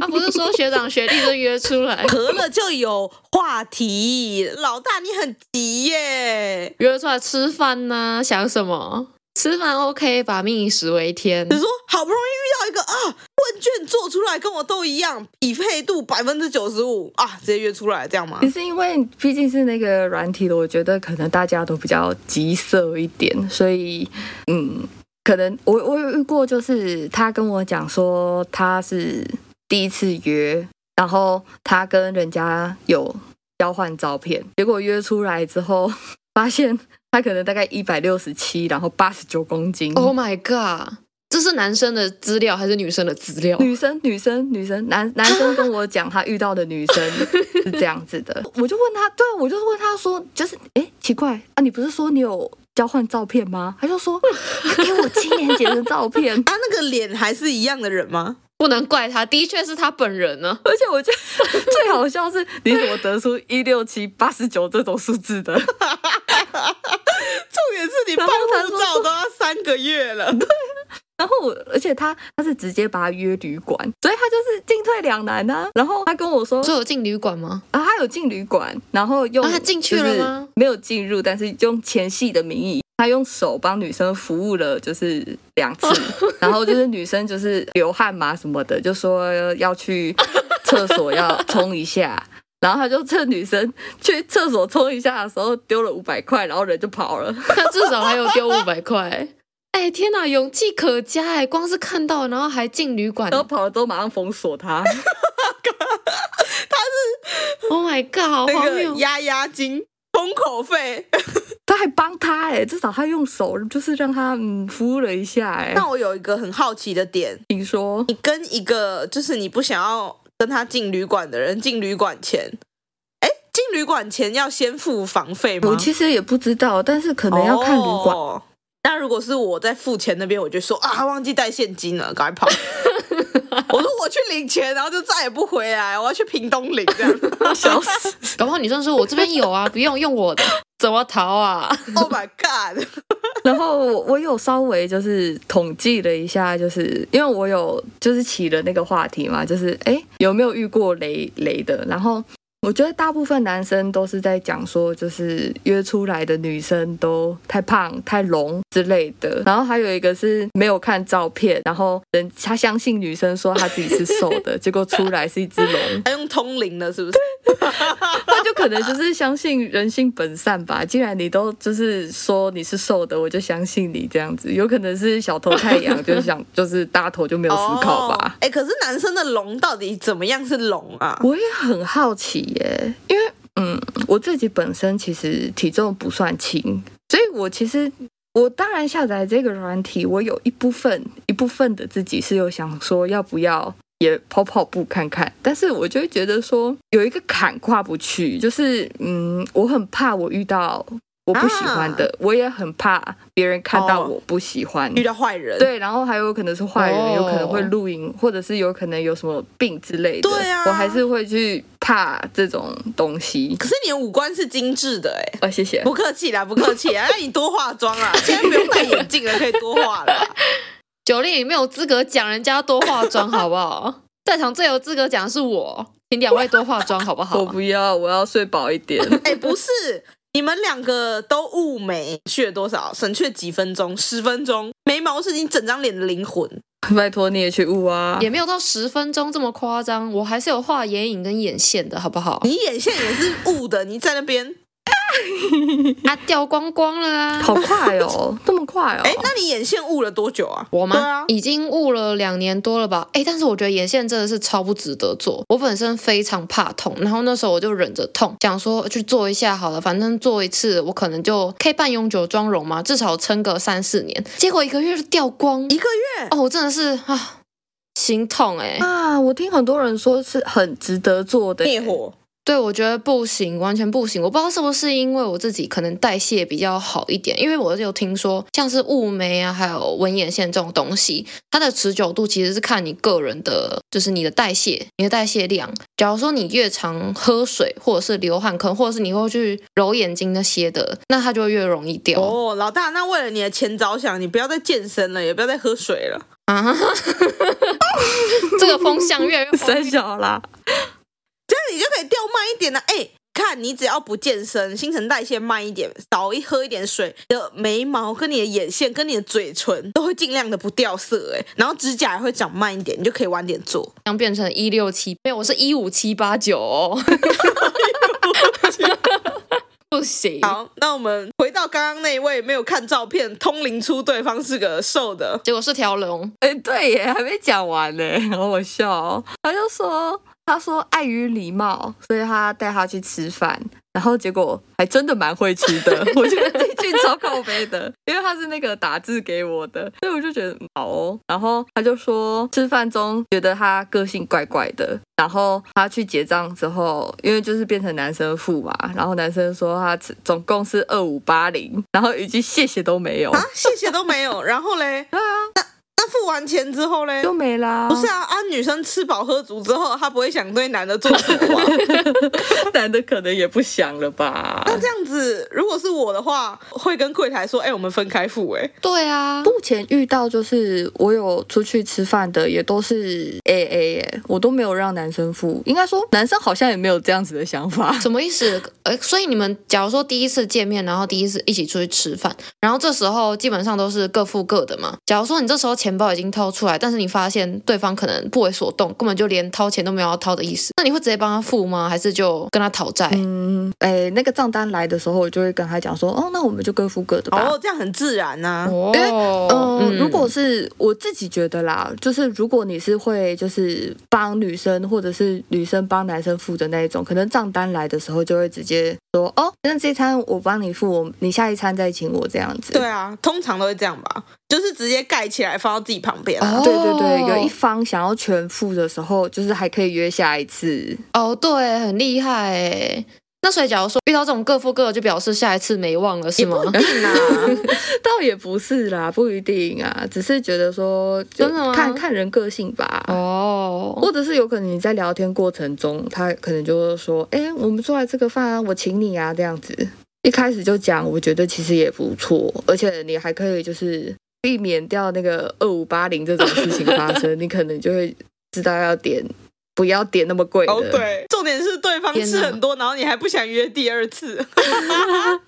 C: 他、啊不是说学长学弟就约出 来
B: 合了就有话题，老大你很急耶。
C: 约出来吃饭呢、想什么？吃饭 OK 吧，民以食为天
B: 你。说好不容易遇到一个啊，问卷做出来跟我都一样，匹配度百分之九十五啊，直接约出来这样吗
D: 也？是因为毕竟是那个软体的，我觉得可能大家都比较急色一点，所以嗯，可能我我有遇过，就是他跟我讲说他是第一次约，然后他跟人家有交换照片，结果约出来之后发现。他可能大概一百六十七，然后八十九公斤。
C: Oh my god，这是男生的资料还是女生的资料？
D: 女生，女生，女生，男男生跟我讲他遇到的女 生是这样子的，我就问他，对啊我就问他说，就是哎，诶奇怪啊，你不是说你有交换照片吗？他就 说哎给我青年节的照片，
B: 他、啊那个脸还是一样的人吗？
C: 不能怪他，的确是他本人呢、
D: 而且我觉得最好笑是，你怎么得出一六七八十九这种数字的？
B: 重点是你
D: 然
B: 办
D: 后他
B: 护
D: 说
B: 照都要三个月了，
D: 然后我，而且他他是直接把他约旅馆，所以他就是进退两难啊。然后他跟我说
C: 所以我进旅馆吗？
D: 啊，他有进旅馆，然后用、
C: 啊他进去了吗？
D: 没有进入，但是用前戏的名义，他用手帮女生服务了，就是两次，
C: 哦
D: 然后就是女生就是流汗嘛什么的，就说要去厕所要冲一下。 然后他就趁女生去厕所冲一下的时候丢了五百块，然后人就跑了。
C: 他至少还有丢五百块。 哎，天哪，勇气可嘉哎！光是看到，然后还进旅馆
D: 然后跑了之后马上封锁他。
C: ，Oh my god，好
B: 那
C: 荒
B: 个
C: 谬！
B: 压压惊。封口费，
D: 他还帮他哎、至少他用手就是让他嗯服务了一下哎、
B: 那我有一个很好奇的点，
D: 你说
B: 你跟一个就是你不想要跟他进旅馆的人进旅馆前，哎，进旅馆前要先付房费吗？
D: 我其实也不知道，但是可能要看旅馆。
B: 哦那如果是我在付钱那边，我就说啊，忘记带现金了，赶快跑！我说我去领钱，然后就再也不回来，我要去屏东领这样。
D: 笑死！
C: 搞不好女生说：“我这边有啊，不 用用我的，怎么逃啊
B: oh my god！
D: 然后我我有稍微就是统计了一下，就是因为我有就是起了那个话题嘛，就是哎有没有遇过雷雷的？然后我觉得大部分男生都是在讲说，就是约出来的女生都太胖、太聋之类的。然后还有一个是没有看照片，然后人他相信女生说他自己是瘦的，结果出来是一只龙。
B: 还用通灵了是不是？
D: 他就可能就是相信人性本善吧。既然你都就是说你是瘦的，我就相信你这样子。有可能是小头太阳，就是想就是大头就没有思考
B: 哦
D: 吧。
B: 哎、可是男生的龙到底怎么样是龙啊？
D: 我也很好奇耶，因为嗯，我自己本身其实体重不算轻，所以我其实。我当然下载这个软体，我有一部分一部分的自己是有想说要不要也跑跑步看看，但是我就会觉得说有一个坎跨不去，就是嗯，我很怕我遇到我不喜欢的，我也很怕别人看到
B: 哦
D: 我不喜欢，
B: 遇到坏人，
D: 对，然后还有可能是坏人，
C: 哦
D: 有可能会露营，或者是有可能有什么病之类的。
B: 对啊
D: 我还是会去怕这种东西。
B: 可是你的五官是精致的哎、
D: 啊，谢谢。
B: 不客气啦，不客气啊 啦，那你多化妆啦，现在不用戴眼镜了，可以多化 了。？”
C: 九令，你没有资格讲人家多化妆，好不好？ 在场最有资 格讲的是我，请两位多化妆，好不好？
D: 我不要，我要睡饱一点。
B: 哎、不是，你们两个都雾眉，省去了多少？省去了几分钟？十分钟？眉毛是你整张脸的灵魂。
D: 拜托你也去雾啊！
C: 也没有到十分钟这么夸张，我还是有画眼影跟眼线的，好不好？
B: 你眼线也是雾的，你在那
C: 哦
B: 边，
C: 啊，掉光光了啊！
D: 好快哦，这么快哦！
B: 哎，那你眼线雾了多久啊？
C: 我吗？
B: 对啊，
C: 已经悟了两年多了吧？哎，但是我觉得眼线真的是超不值得做。我本身非常怕痛，然后那时候我就忍着痛，想说去做一下好了，反正做一次我可能就可以半永久妆容嘛，至少撑个三四年。结果一个月就掉光，
B: 一个月。
C: 哦，我真的是啊，心痛哎、
D: 啊，我听很多人说是很值得做的
B: 灭火，
C: 对，我觉得不行，完全不行。我不知道是不是因为我自己可能代谢比较好一点，因为我有听说像是雾眉啊，还有纹眼线这种东西，它的持久度其实是看你个人的，就是你的代谢，你的代谢量。假如说你越常喝水，或者是流汗，可能或者是你会去揉眼睛那些的，那它就会越容易掉、
B: 哦，老大，那为了你的钱着想，你不要再健身了，也不要再喝水了。
C: 啊。 这个风向越来越
D: 三小啦，
B: 这样你就可以掉慢一点了。哎，看你只要不健身，新陈代谢慢一点，少一喝一点水，你的眉毛跟你的眼线跟你的嘴唇都会尽量的不掉色。哎，然后指甲也会长慢一点，你就可以晚点做。
C: 像变成一六七，没有，我是一五七八九，不行。
B: 好，那我们回到刚刚那一位没有看照片，通灵出对方是个瘦的。
C: 结果是条龙，
D: 哎、对耶，还没讲完呢，好好笑哦。他就说，他说碍于礼貌，所以他带他去吃饭，然后结果还真的蛮会吃的， 我觉得这句超靠背的，因为他是那个打字给我的，所以我就觉得嗯好哦。然后他就说，吃饭中觉得他个性怪怪的，然后他去结账之后，因为就是变成男生付嘛，然后男生说他只总共是二五八零，然后一句谢谢都没有，
B: 啊，谢谢都没 有。然后嘞，
D: 对啊，
B: 那付完钱之后嘞，
D: 就没啦，
B: 不是啊啊，女生吃饱喝足之后，她不会想对男的做什么吗？
D: 男的可能也不想了吧？
B: 那这样子，如果是我的话，会跟柜台说，哎、我们分开付、 哎，
C: 对啊，
D: 目前遇到就是我有出去吃饭的，也都是 A A 耶，我都没有让男生付。应该说男生好像也没有这样子的想法。
C: 什么意思？呃，所以你们假如说第一次见面，然后第一次一起出去吃饭，然后这时候基本上都是各付各的嘛。假如说你这时候钱包已经掏出来，但是你发现对方可能不为所动，根本就连掏钱都没有要掏的意思，那你会直接帮他付吗？还是就跟他讨债？
D: 嗯，哎，那个账单来的时候，我就会跟他讲说，哦，那我们就各付各的
C: 啊
D: 吧。
B: 哦，这样很自然呐、
C: 哦
D: 因为嗯，如果
C: 嗯
D: 是我自己觉得啦，就是如果你是会就是帮女生或者是女生帮男生付的那一种，可能账单来的时候就会直接说哦，那这一餐我帮你付，我你下一餐再请我这样子。
B: 对啊，通常都会这样吧，就是直接盖起来放到自己旁边、啊。
C: 哦
D: 对对对，有一方想要全付的时候，就是还可以约下一次。
C: 哦，对，很厉害哎。那所以假如说遇到这种各付各的，就表示下一次没望了，是吗？
B: 定啊，
D: 倒也不是啦，不一定啊，只是觉得说，就
C: 真的吗
D: 看看人个性吧。
B: 啊
C: 哦，
D: 或者是有可能你在聊天过程中，他可能就说：“哎、我们做来这个饭啊，我请你啊，这样子。”一开始就讲，我觉得其实也不错，而且你还可以就是避免掉那个二五八零这种事情发 生，你可能就会知道要点不要点那么贵的。
B: 哦对，重点是对方
C: 天
B: 吃
C: 哪
B: 很多，然后你还不想约第二次。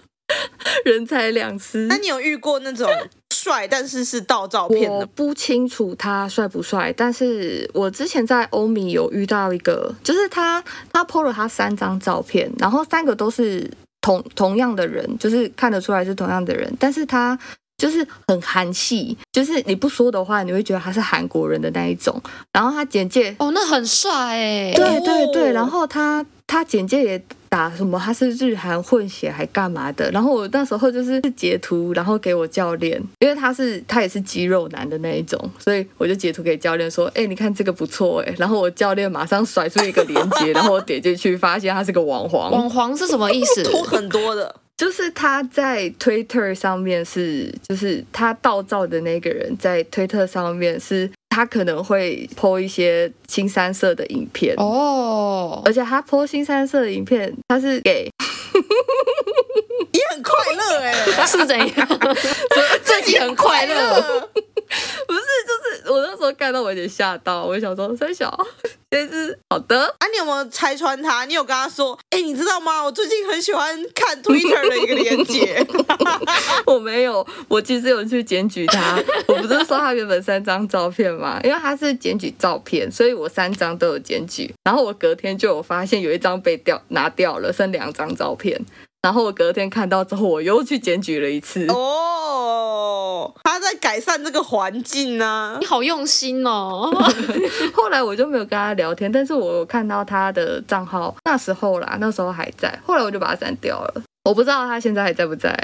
D: 人财两失。
B: 那你有遇过那种帅但是是盗照片
D: 我
B: 的？
D: 不清楚他帅不帅，但是我之前在欧米有遇到一个，就是他他 PO 了他三张照片，然后三个都是同同样的人，就是看得出来是同样的人，但是他就是很韩系，就是你不说的话，你会觉得他是韩国人的那一种。然后他简介，
C: 哦，那很帅哎。
D: 对对
B: 哦
D: 对，然后他他简介也打什么他是日韩混血还干嘛的，然后我那时候就是截图，然后给我教练，因为他是他也是肌肉男的那一种，所以我就截图给教练说，哎、你看这个不错哎，然后我教练马上甩出一个链接，然后我点进去发现他是个网黄，
C: 网黄是什么意思？
B: 拖很多的，
D: 就是他在 Twitter 上面是，就是他盗照的那个人在 Twitter 上面是，他可能会 PO 一些新三色的影片
C: 哦，
D: 而且他剖新三色的影片，他是给
B: 你很快乐哎、
C: 是怎样？这这集很快乐，
D: 不是，就是我那时候看到我有点吓到，我想说三小，这是好的，
B: 啊，你有没有拆穿他？你有跟他说，哎、你知道吗？我最近很喜欢看 Twitter 的一个连接，
D: 我没有，我其实有去检举他，我不是说他原本三张照片嘛，因为他是检举照片，所以我三张都有检举，然后我隔天就有发现有一张被掉拿掉了，剩两张照片。然后我隔天看到之后，我又去检举了一次。
B: 哦，他在改善这个环境啊 呢、
C: 你好用 心哦。
D: 后来我就没有跟他聊天，但是我有看到他的账号，那时候啦，那时候还在，后来我就把他删掉了。我不知道他现在还在不在。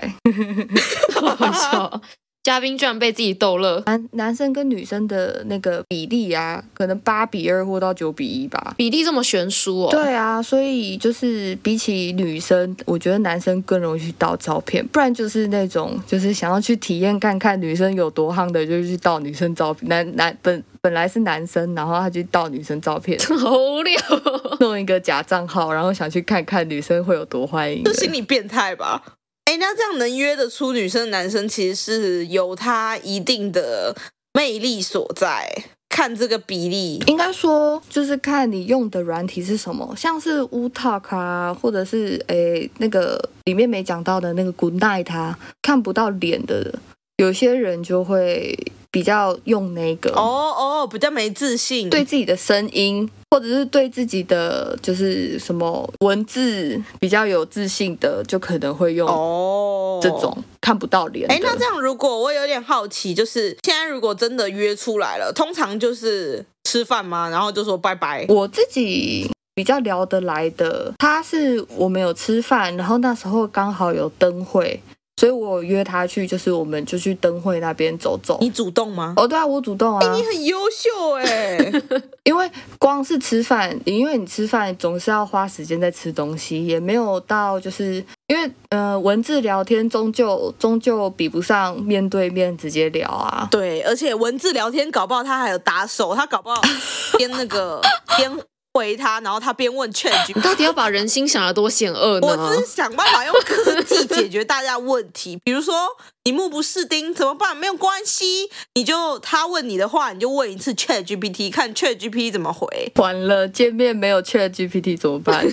C: 好好笑。嘉宾居然被自己逗乐，
D: 男男生跟女生的那个比例啊，可能八比二或到九比一吧。
C: 比例这么悬殊哦。，
D: 对啊，所以就是比起女生，我觉得男生更容易去盗照片，不然就是那种就是想要去体验看看女生有多夯的，就去盗女生照片。男男本本来是男生，然后他去盗女生照片，
C: 好 无聊哦。
D: 弄一个假账号，然后想去看看女生会有多欢迎
B: 就
D: 人。
B: 心理变态吧。哎、那这样能约得出女生的男生，其实是有他一定的魅力所在。看这个比例，
D: 应该说，就是看你用的软体是什么，像是 w Talk 啊，或者是诶、那个里面没讲到的那个 Good Night 啊，看不到脸的，有些人就会比较用那个
B: 哦哦，比较没自信。
D: 对，自己的声音，或者是对自己的就是什么文字比较有自信的，就可能会用
B: 哦，
D: 这种、看不到脸的。
B: 哎，那这样如果我有点好奇，就是现在如果真的约出来了，通常就是吃饭吗？然后就说拜拜。
D: 我自己比较聊得来的，他是我们有吃饭，然后那时候刚好有灯会，所以我约他去，就是我们就去灯会那边走走。
B: 你主动吗？
D: 哦，对啊，我主动啊，
B: 你 很优秀哎、
D: 因为光是吃饭，因为你吃饭总是要花时间在吃东西，也没有到就是因为呃文字聊天终究终究比不上面对面直接聊啊。
B: 对，而且文字聊天搞不好他还有打手，他搞不 好边那个边回他，然后他边问 Chat
C: 你
B: G。
C: 到底要把人心想的多险恶呢？
B: 我只是想办法用科技解决大家问题， 比如说你目不识丁怎么办？没有关系，你就他问你的话，你就问一次 Chat GPT，看 Chat GPT 怎么回。
D: 完了，见面没有 Chat GPT 怎么 办？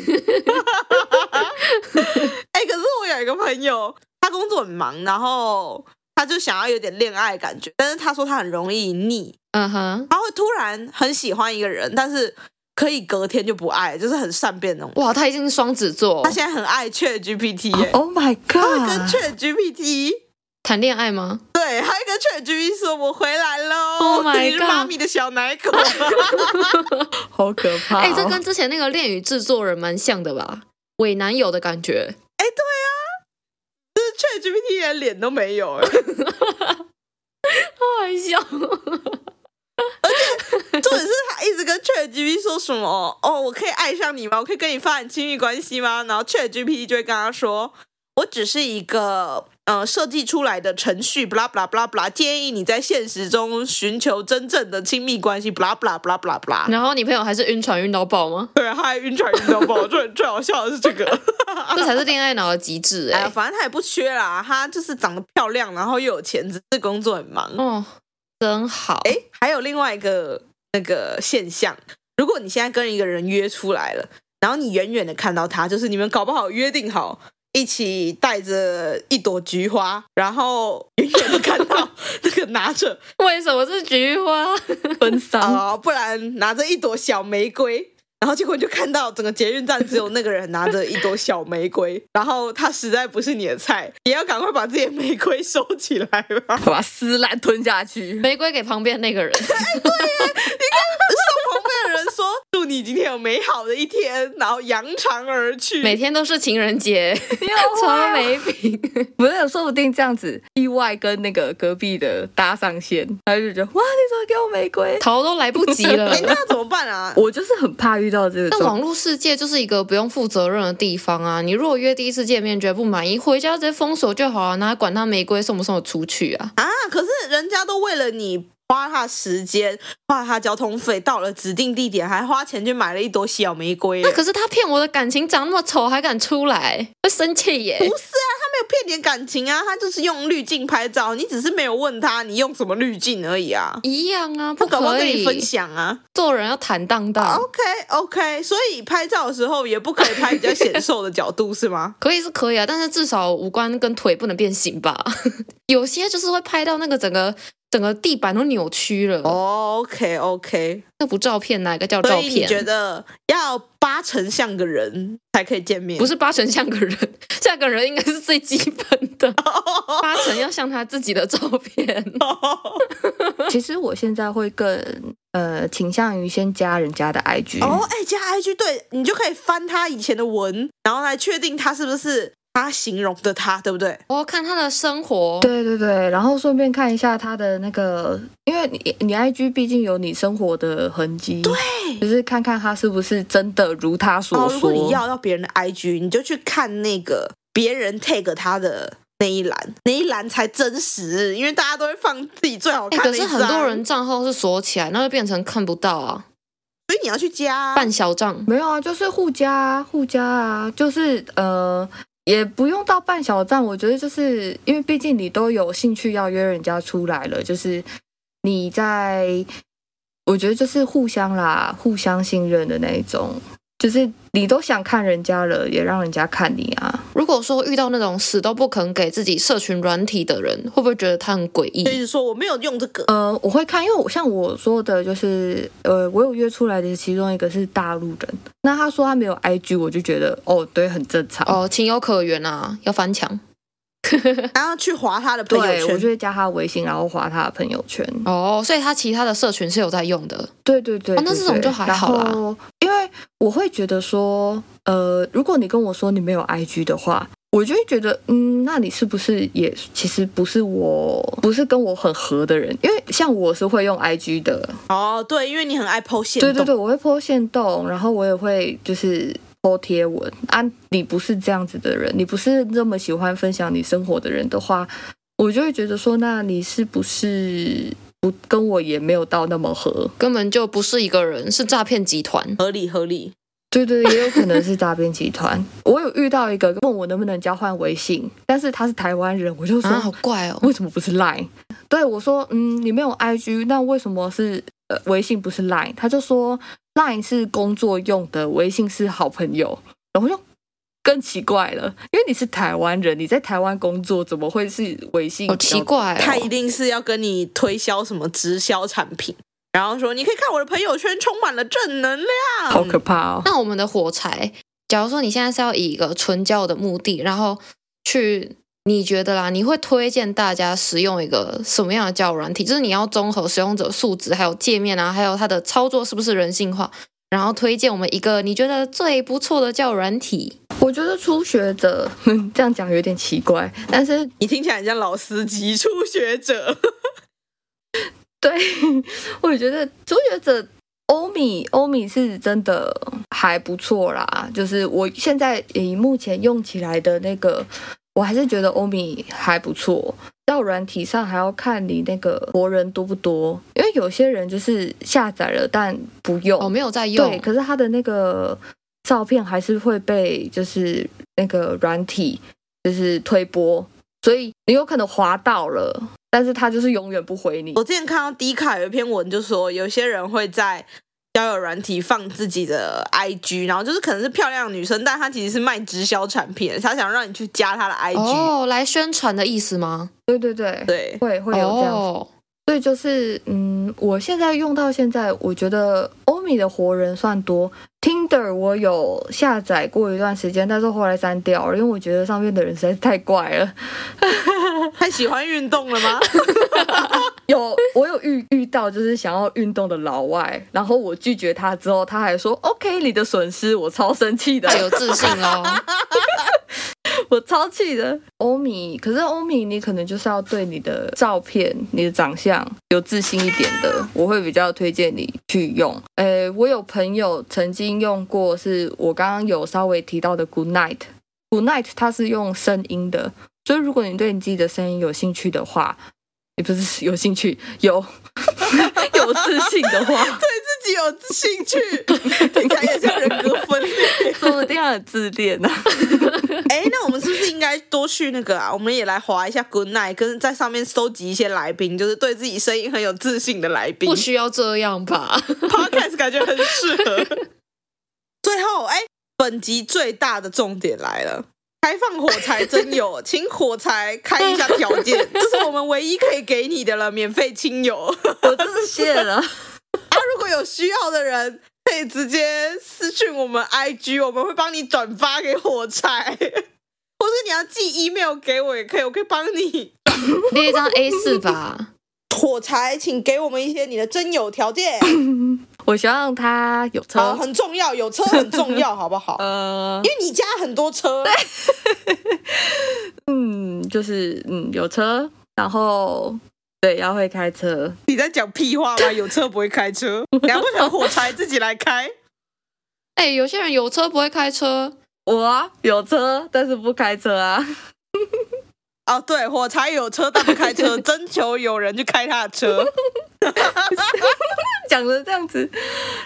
B: 哎、可是我有一个朋友，他工作很忙，然后他就想要有点恋爱感觉，但是他说他很容易腻，
C: 嗯哼，
B: 他会突然很喜欢一个人，但是可以隔天就不爱，就是很善变那种。
C: 哇，他已经是双子座
B: 他，现在很爱 Chat GPT 耶、
C: 哦
D: Oh my
B: 他会跟
D: god！
B: Chat GPT，
C: 谈恋爱吗？
B: 对，他会跟 Chat GPT 说：“我回来喽
C: Oh my
B: 你是妈
C: God
B: 咪的小奶狗。
D: 好可怕、哦！
C: 哎、这跟之前那个恋与制作人蛮像的吧？伪男友的感觉，”
B: 就是 Chat GPT 连脸都没有欸耶，
C: 好笑。
B: 重点是他一直跟 Chat GPT 说什么：“哦，我可以爱上你吗？我可以跟你发展亲密关系吗？”然后 Chat GPT 就会跟他说：“我只是一个。”呃，设计出来的程序，b 拉 a 拉 b 拉 a 拉，建议你在现实中寻求真正的亲密关系，b 拉 a 拉 b 拉 a 拉 b 拉。
C: 然后你朋友还是晕船晕到爆吗？
B: 对，他还晕船晕到爆，最 最好笑的是这个。
C: 这才是恋爱脑的极致
B: 哎
C: 哎、
B: 呀，反正她也不缺啦，她就是长得漂亮，然后又有钱，只是工作很忙。
C: 哦，真好。
B: 哎、还有另外一个那个现象，如果你现在跟一个人约出来了，然后你远远的看到他，就是你们搞不好约定好。一起带着一朵菊花，然后远远的看到这个拿着
C: 为什么是菊花？
D: 奔丧哦
B: 啊、不然拿着一朵小玫瑰，然后结果你就看到整个捷运站只有那个人拿着一朵小玫瑰，然后他实在不是你的菜，也要赶快把自己的玫瑰收起来
D: 把
B: 吧。
D: 它撕烂吞下去。
C: 玫瑰给旁边那个人，
B: 送旁边的人说：“祝你今天有美好的一天。”然后扬长而去。
C: 每天都是情人节， 超没品。
D: 啊 不是，说不定这样子意外跟那个隔壁的搭上线，他就觉得哇，你怎么给我玫瑰？
C: 逃都来不及了
B: 哎，。那要怎么办啊？
D: 我就是很怕遇到这个
C: 但
D: 状
C: 网络世界就是一个不用负责任的地方啊！你如果约第一次见面觉得不满意，回家直接封锁就好了、哪管他玫瑰送不送得出去 啊？
B: 啊，可是人家都为了你花他时间，花他交通费，到了指定地点还花钱去买了一朵小玫瑰。
C: 那可是他骗我的感情长那么丑，还敢出来，会生气耶！
B: 不是啊，他没有骗点感情啊，他就是用滤镜拍照，你只是没有问他你用什么滤镜而已啊。
C: 一样啊，不
B: 他搞不好
C: 可
B: 跟你
C: 以
B: 分享哦啊。
C: 做人要坦荡荡，
B: OK OK，所以拍照的时候也不可以拍比较显瘦的角度是吗？
C: 可以是可以啊，但是至少五官跟腿不能变形吧。 有些就是会拍到那个整个整个地板都扭曲了，
B: 哦 OK OK，
C: 那不照片哪一个叫
B: 所
C: 照
B: 以你
C: 片？
B: 觉得要八成像个人才可以见面？
C: 不是八成像个人， 像个人应该是最基 本的，八成要像他自己的照片。
D: 其实我现在会更呃倾向于先加人家的 IG，、
B: 哦，哎、加 IG 对你就可以翻他以前的文，然后来确定他是不是他形容的他，对不对？
C: 我哦看他的生活，
D: 对对对，然后顺便看一下他的那个，因为你你 IG 毕竟有你生活的痕迹，对，就是看看他是不是真的如他所
B: 哦，如
D: 说。
B: 果你要到别人的 IG，你就去看那个别人 tag 他的那一栏，那一栏才真实，因为大家都会放自己最好
C: 哎、
B: 看的
C: 可
B: 一
C: 是
B: 张。
C: 很多人账号是锁起来，那就变成看不到啊，
B: 所以你要去加啊
C: 半小账。
D: 没有啊，就是互加啊，互加啊，就是呃，也不用到半小站。我觉得就是因为毕竟你都有兴趣要约人家出来了，就是你在，我觉得就是互相啦，互相信任的那一种，就是你都想看人家了，也让人家看你啊。
C: 如果说遇到那种死都不肯给自己社群软体的人，会不会觉得他很诡
B: 就
C: 异？
B: 是说我没有用这个，
D: 呃，我会看，因为我像我说的，就是呃，我有约出来的其中一个是大陆人，那他说他没有 IG，我就觉得哦，对，很正常。
C: 哦，情有可原啊，要翻墙。
B: 然后去划他的朋
D: 对，
B: 友
D: 我就
B: 圈。
D: 会加他微信，然后划他的朋友圈。
C: 哦，所以他其他的社群是有在用的。
D: 对对对
C: 哦那
D: 对
C: 这种
D: 对
C: 就还好啦
D: 然后因为我会觉得说，呃，如果你跟我说你没有 IG 的话，我就会觉得，嗯，那你是不是也其实不是我，不是跟我很合的人？因为像我是会用 IG 的，
B: 哦，对，因为你很爱 PO 线
D: 对
B: 动，
D: 对对，我会 po 线动，然后我也会就是。po 贴文啊，你不是这样子的人，你不是这么喜欢分享你生活的人的话，我就会觉得说，那你是不是不跟我也没有到那么合？
C: 根本就不是一个人，是诈骗集团。
B: 合理合理。
D: 对对，也有可能是诈骗集团。我有遇到一个问我能不能交换微信，但是他是台湾人，我就说、
C: 啊，好怪哦！
D: 为什么不是 Line？对我说，嗯，你没有 IG，那为什么是呃微信不是 Line？他就说 Line 是工作用的，微信是好朋友。然后我就更奇怪了，因为你是台湾人，你在台湾工作，怎么会是微信？
C: 好奇。怪
B: 他一
C: 哦！
B: 定是要跟你推销什么直销产品，然后说你可以看我的朋友圈充满了正能量，
D: 好可怕哦！
C: 那我们的火柴，假如说你现在是要以一个纯交友的目的，然后去，你觉得啦，你会推荐大家使用一个什么样的交友软体？就是你要综合使用者素质，还有界面啊，还有它的操作是不是人性化，然后推荐我们一个你觉得最不错的交友软体。
D: 我觉得初学者嗯这样讲有点奇怪，但是
B: 你听起来很像老司机初学者。
D: 对，我也觉得初学者欧米欧米是真的还不错啦。就是我现在以目前用起来的那个，我还是觉得欧米还不错。到软体上还要看你那个活人多不多，因为有些人就是下载了但不用，
C: 哦我、没有在
D: 对，
C: 用，
D: 可是他的那个照片还是会被就是那个软体就是推播，所以你有可能滑到了，但是他就是永远不回你。
B: 我之前看到 D 卡有一篇文，就说有些人会在交友软体放自己的 IG，然后就是可能是漂亮的女生，但她其实是卖直销产品的，她想让你去加她的 IG，、
C: 哦，来宣传的意思吗？
D: 对对对，
B: 对，
D: 会会有这样子。
C: 哦，
D: 所以就是，嗯，我现在用到现在，我觉得欧米的活人算多。Tinder 我有下载过一段时间，但是后来删掉了，因为我觉得上面的人实在是太怪了。
B: 太喜欢运动了 吗？
D: 有我有遇遇到就是想要运动的老外，然后我拒绝他之后，他还说 OK 你的损失，我超生气的
C: 太，有自信哦喽！
D: 我超气的。欧米，可是欧米你可能就是要对你的照片、你的长相有自信一点的，我会比较推荐你去用。呃，我有朋友曾经用过，是我刚刚有稍微提到的 Good Night。Good Night 它是用声音的，所以如果你对你自己的声音有兴趣的话，也不是有兴趣，有 有自信的话，
B: 对自己有兴趣，听起来也像人格分裂。
D: 说不定啊，很自恋呢、啊。
B: 哎，那我们是不是应该多去那个啊？我们也来划一下 Good Night，跟在上面搜集一些来宾，就是对自己声音很有自信的来宾
C: 不。需要这样 吧？
B: Podcast 感觉很适合。最后，哎，本集最大的重点来了。开放火柴真 友，请火柴开一下条 件，这是我们唯一可以给你的了，免费亲友。
D: 我真是谢了，
B: 啊，如果有需要的人，可以直接私讯我们 IG，我们会帮你转发给火柴， 或是你要寄 email 给我也可以，我可以帮你。
C: 列一张 A 四吧。
B: 火柴，请给我们一些你的真友条 件，
D: 我希望他有
B: 好，
D: 车。
B: 很重要，有车很重要，好不 好？
D: 呃
B: 因，为你家很多车，
D: 嗯，就是嗯，有车，然后对，要会开车。
B: 你在讲屁话吗？有车不会开车，难不成火柴自己来开？
C: 哎、有些人有车不会开车，
D: 我啊，有车，但是不开车啊。
B: 哦，对，火柴有车但不开车，征求有人去开他的车。
D: 讲的这样子，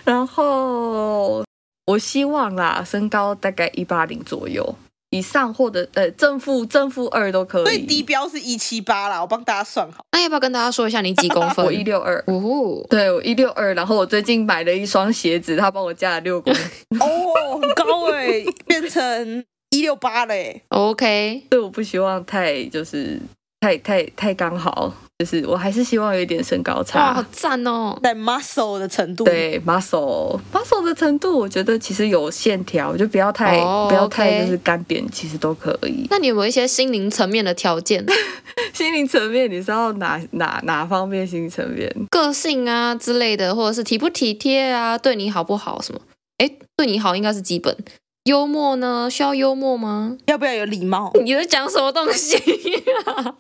D: 然后我希望啦，身高大概一八零左右以上，或者呃正负正负二都可以。
B: 最低标是一七八啦，我帮大家算好。
C: 那要不要跟大家说一下你几公分？
D: 我一六二，
C: 哦吼，
D: 对我一六二。然后我最近买了一双鞋子，他帮我加了六公分，
B: 哦，很高哎、变成一六八嘞。
C: ，OK，
D: 所以我不希望太就是太太太刚好，就是我还是希望有一点身高
C: 哇，好
D: 差。
C: 赞哦！
B: 在 muscle 的程度，，
D: 对 muscle muscle 的程度，我觉得其实有线条，就不要太、
C: 哦
D: 不要太
C: OK
D: 就是干扁，其实都可以。
C: 那你有没有一些心灵层面的条件？
D: 心灵层面，你是要哪哪哪方面心灵层面？
C: 个性啊之类的，或者是体不体贴啊，对你好不好什么？哎，对你好应该是基本。幽默呢？需要幽默吗？
B: 要不要有礼貌？
C: 你在讲什么东西、啊？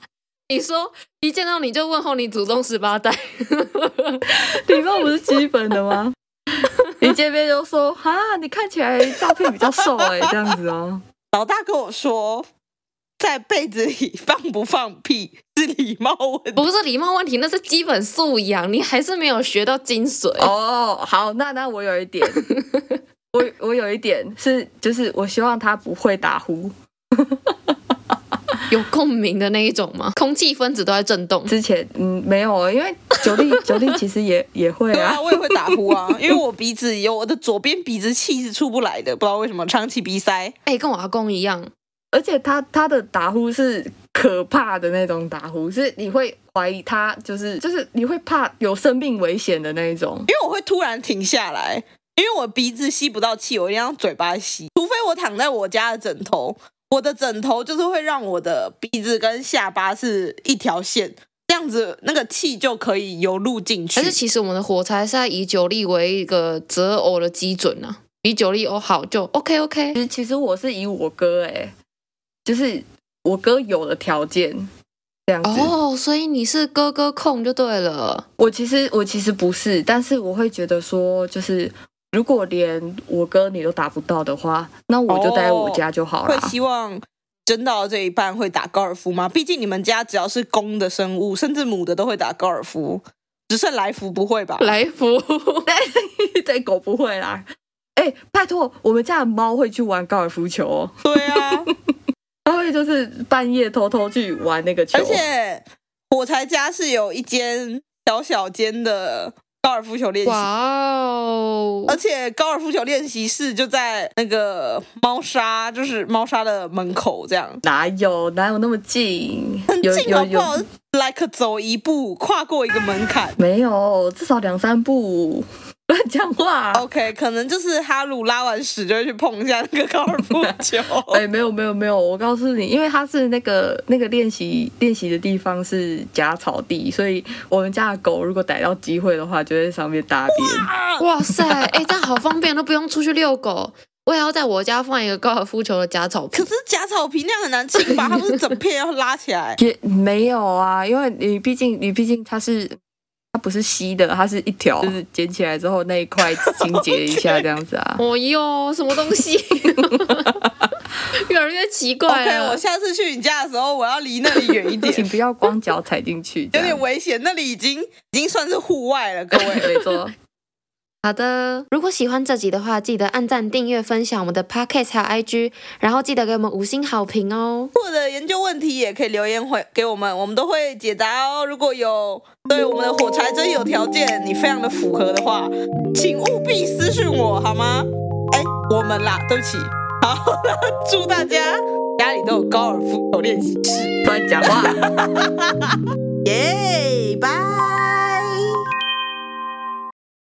C: 你说一见到你就问候你祖宗十八代，
D: 礼貌不是基本的吗？ 你见面就说哈，你看起来照片比较瘦哎、这样子哦。
B: 老大跟我说，在被子里放不放屁是礼貌问题。
C: 不是礼貌问题，那是基本素养，你还是没有学到精髓。
D: 哦，好，那那我有一点，我我有一点是，就是我希望他不会打呼。
C: 有共鸣的那一种吗？空气分子都在震动。
D: 之前嗯没有哦，因为九力九力其实也也会
B: 对
D: 啊
B: 啊，。我也会打呼啊，因为我鼻子有我的左边鼻子气是出不来的，不知道为什么长期鼻塞。
C: 哎，跟我阿公一样，
D: 而且他他的打呼是可怕的那种打呼，是你会怀疑他就是就是你会怕有生命危险的那一种。
B: 因为我会突然停下来，因为我鼻子吸不到气，我一定要用嘴巴吸，除非我躺在我家的枕头，我的枕头就是会让我的鼻子跟下巴是一条线，这样子那个气就可以游入进去
C: 但。是其实我们的火柴是在以酒力为一个择偶的基准啊，以酒力哦好就 OK OK
D: 其。实其实我是以我哥哎、就是我哥有的条件这样子。
C: 哦，所以你是哥哥控就对了。
D: 我其实我其实不是，但是我会觉得说，就是如果连我哥你都达不到的话，那我就待在我家就好了
B: 哦
C: 啊
B: 会。希望争到这一半会打高尔夫吗？毕竟你们家只要是公的生物，甚至母的都会打高尔夫，只剩 来福不会吧？
C: 来福，
D: 对，狗不会啦。哎、拜托，我们家的猫会去玩高尔夫球哦，
B: 对 啊，
D: 它会就是半夜偷偷去玩那个球。
B: 而且火柴家是有一间小小间的高尔夫球练习室
C: 哇哦！
B: 而且高尔夫球练习室就在那个猫砂，就是猫砂的门口这样，
D: 哪有哪有那么近？
B: 很
D: 有
B: 近
D: 有
B: 好不
D: 有
B: 好？Like 走一步，跨过一个门槛。
D: 没有？至少两三步。 乱讲话。
B: OK，可能就是哈鲁拉完屎就会去碰一下那个高尔夫球。
D: 哎、没有没有没有，我告诉你，因为它是那个那个练习练习的地方是假草地，所以我们家的狗如果逮到机会的话，就会在上面大便。？
C: 哇塞，哎、这样好方便，都不用出去遛狗。我也要在我家放一个高尔夫球的假草
B: 可
C: 坪。
B: 是假草皮那样很难清吧？它不是整片要拉起 来
D: 也没有啊，因为你毕竟你毕竟它是它不是吸的，它是一条，就是捡起来之后那一块清洁一 下这样子啊。
C: 哦哟，什么东西？越来越奇怪
B: OK，
C: 了。
B: 我下次去你家的时候，我要离那里远一点，
D: 啊 请不要光脚踩进去，这
B: 有
D: 样
B: 点危险。那里已经已经算是户外了，各位。
D: 没错。
C: 好的，如果喜欢这集的话，记得按赞、订阅、分享我们的 Podcast 还有 IG，然后记得给我们五星好评哦。
B: 或者研究问题也可以留言回给我们，我们都会解答哦。如果有对我们的火柴真有条件，你非常的符合的话，请务必私讯我好吗？哎，我们啦，对不起。好，祝大家家里都有高尔夫球练习室，
D: 乱讲话。
B: 耶，拜。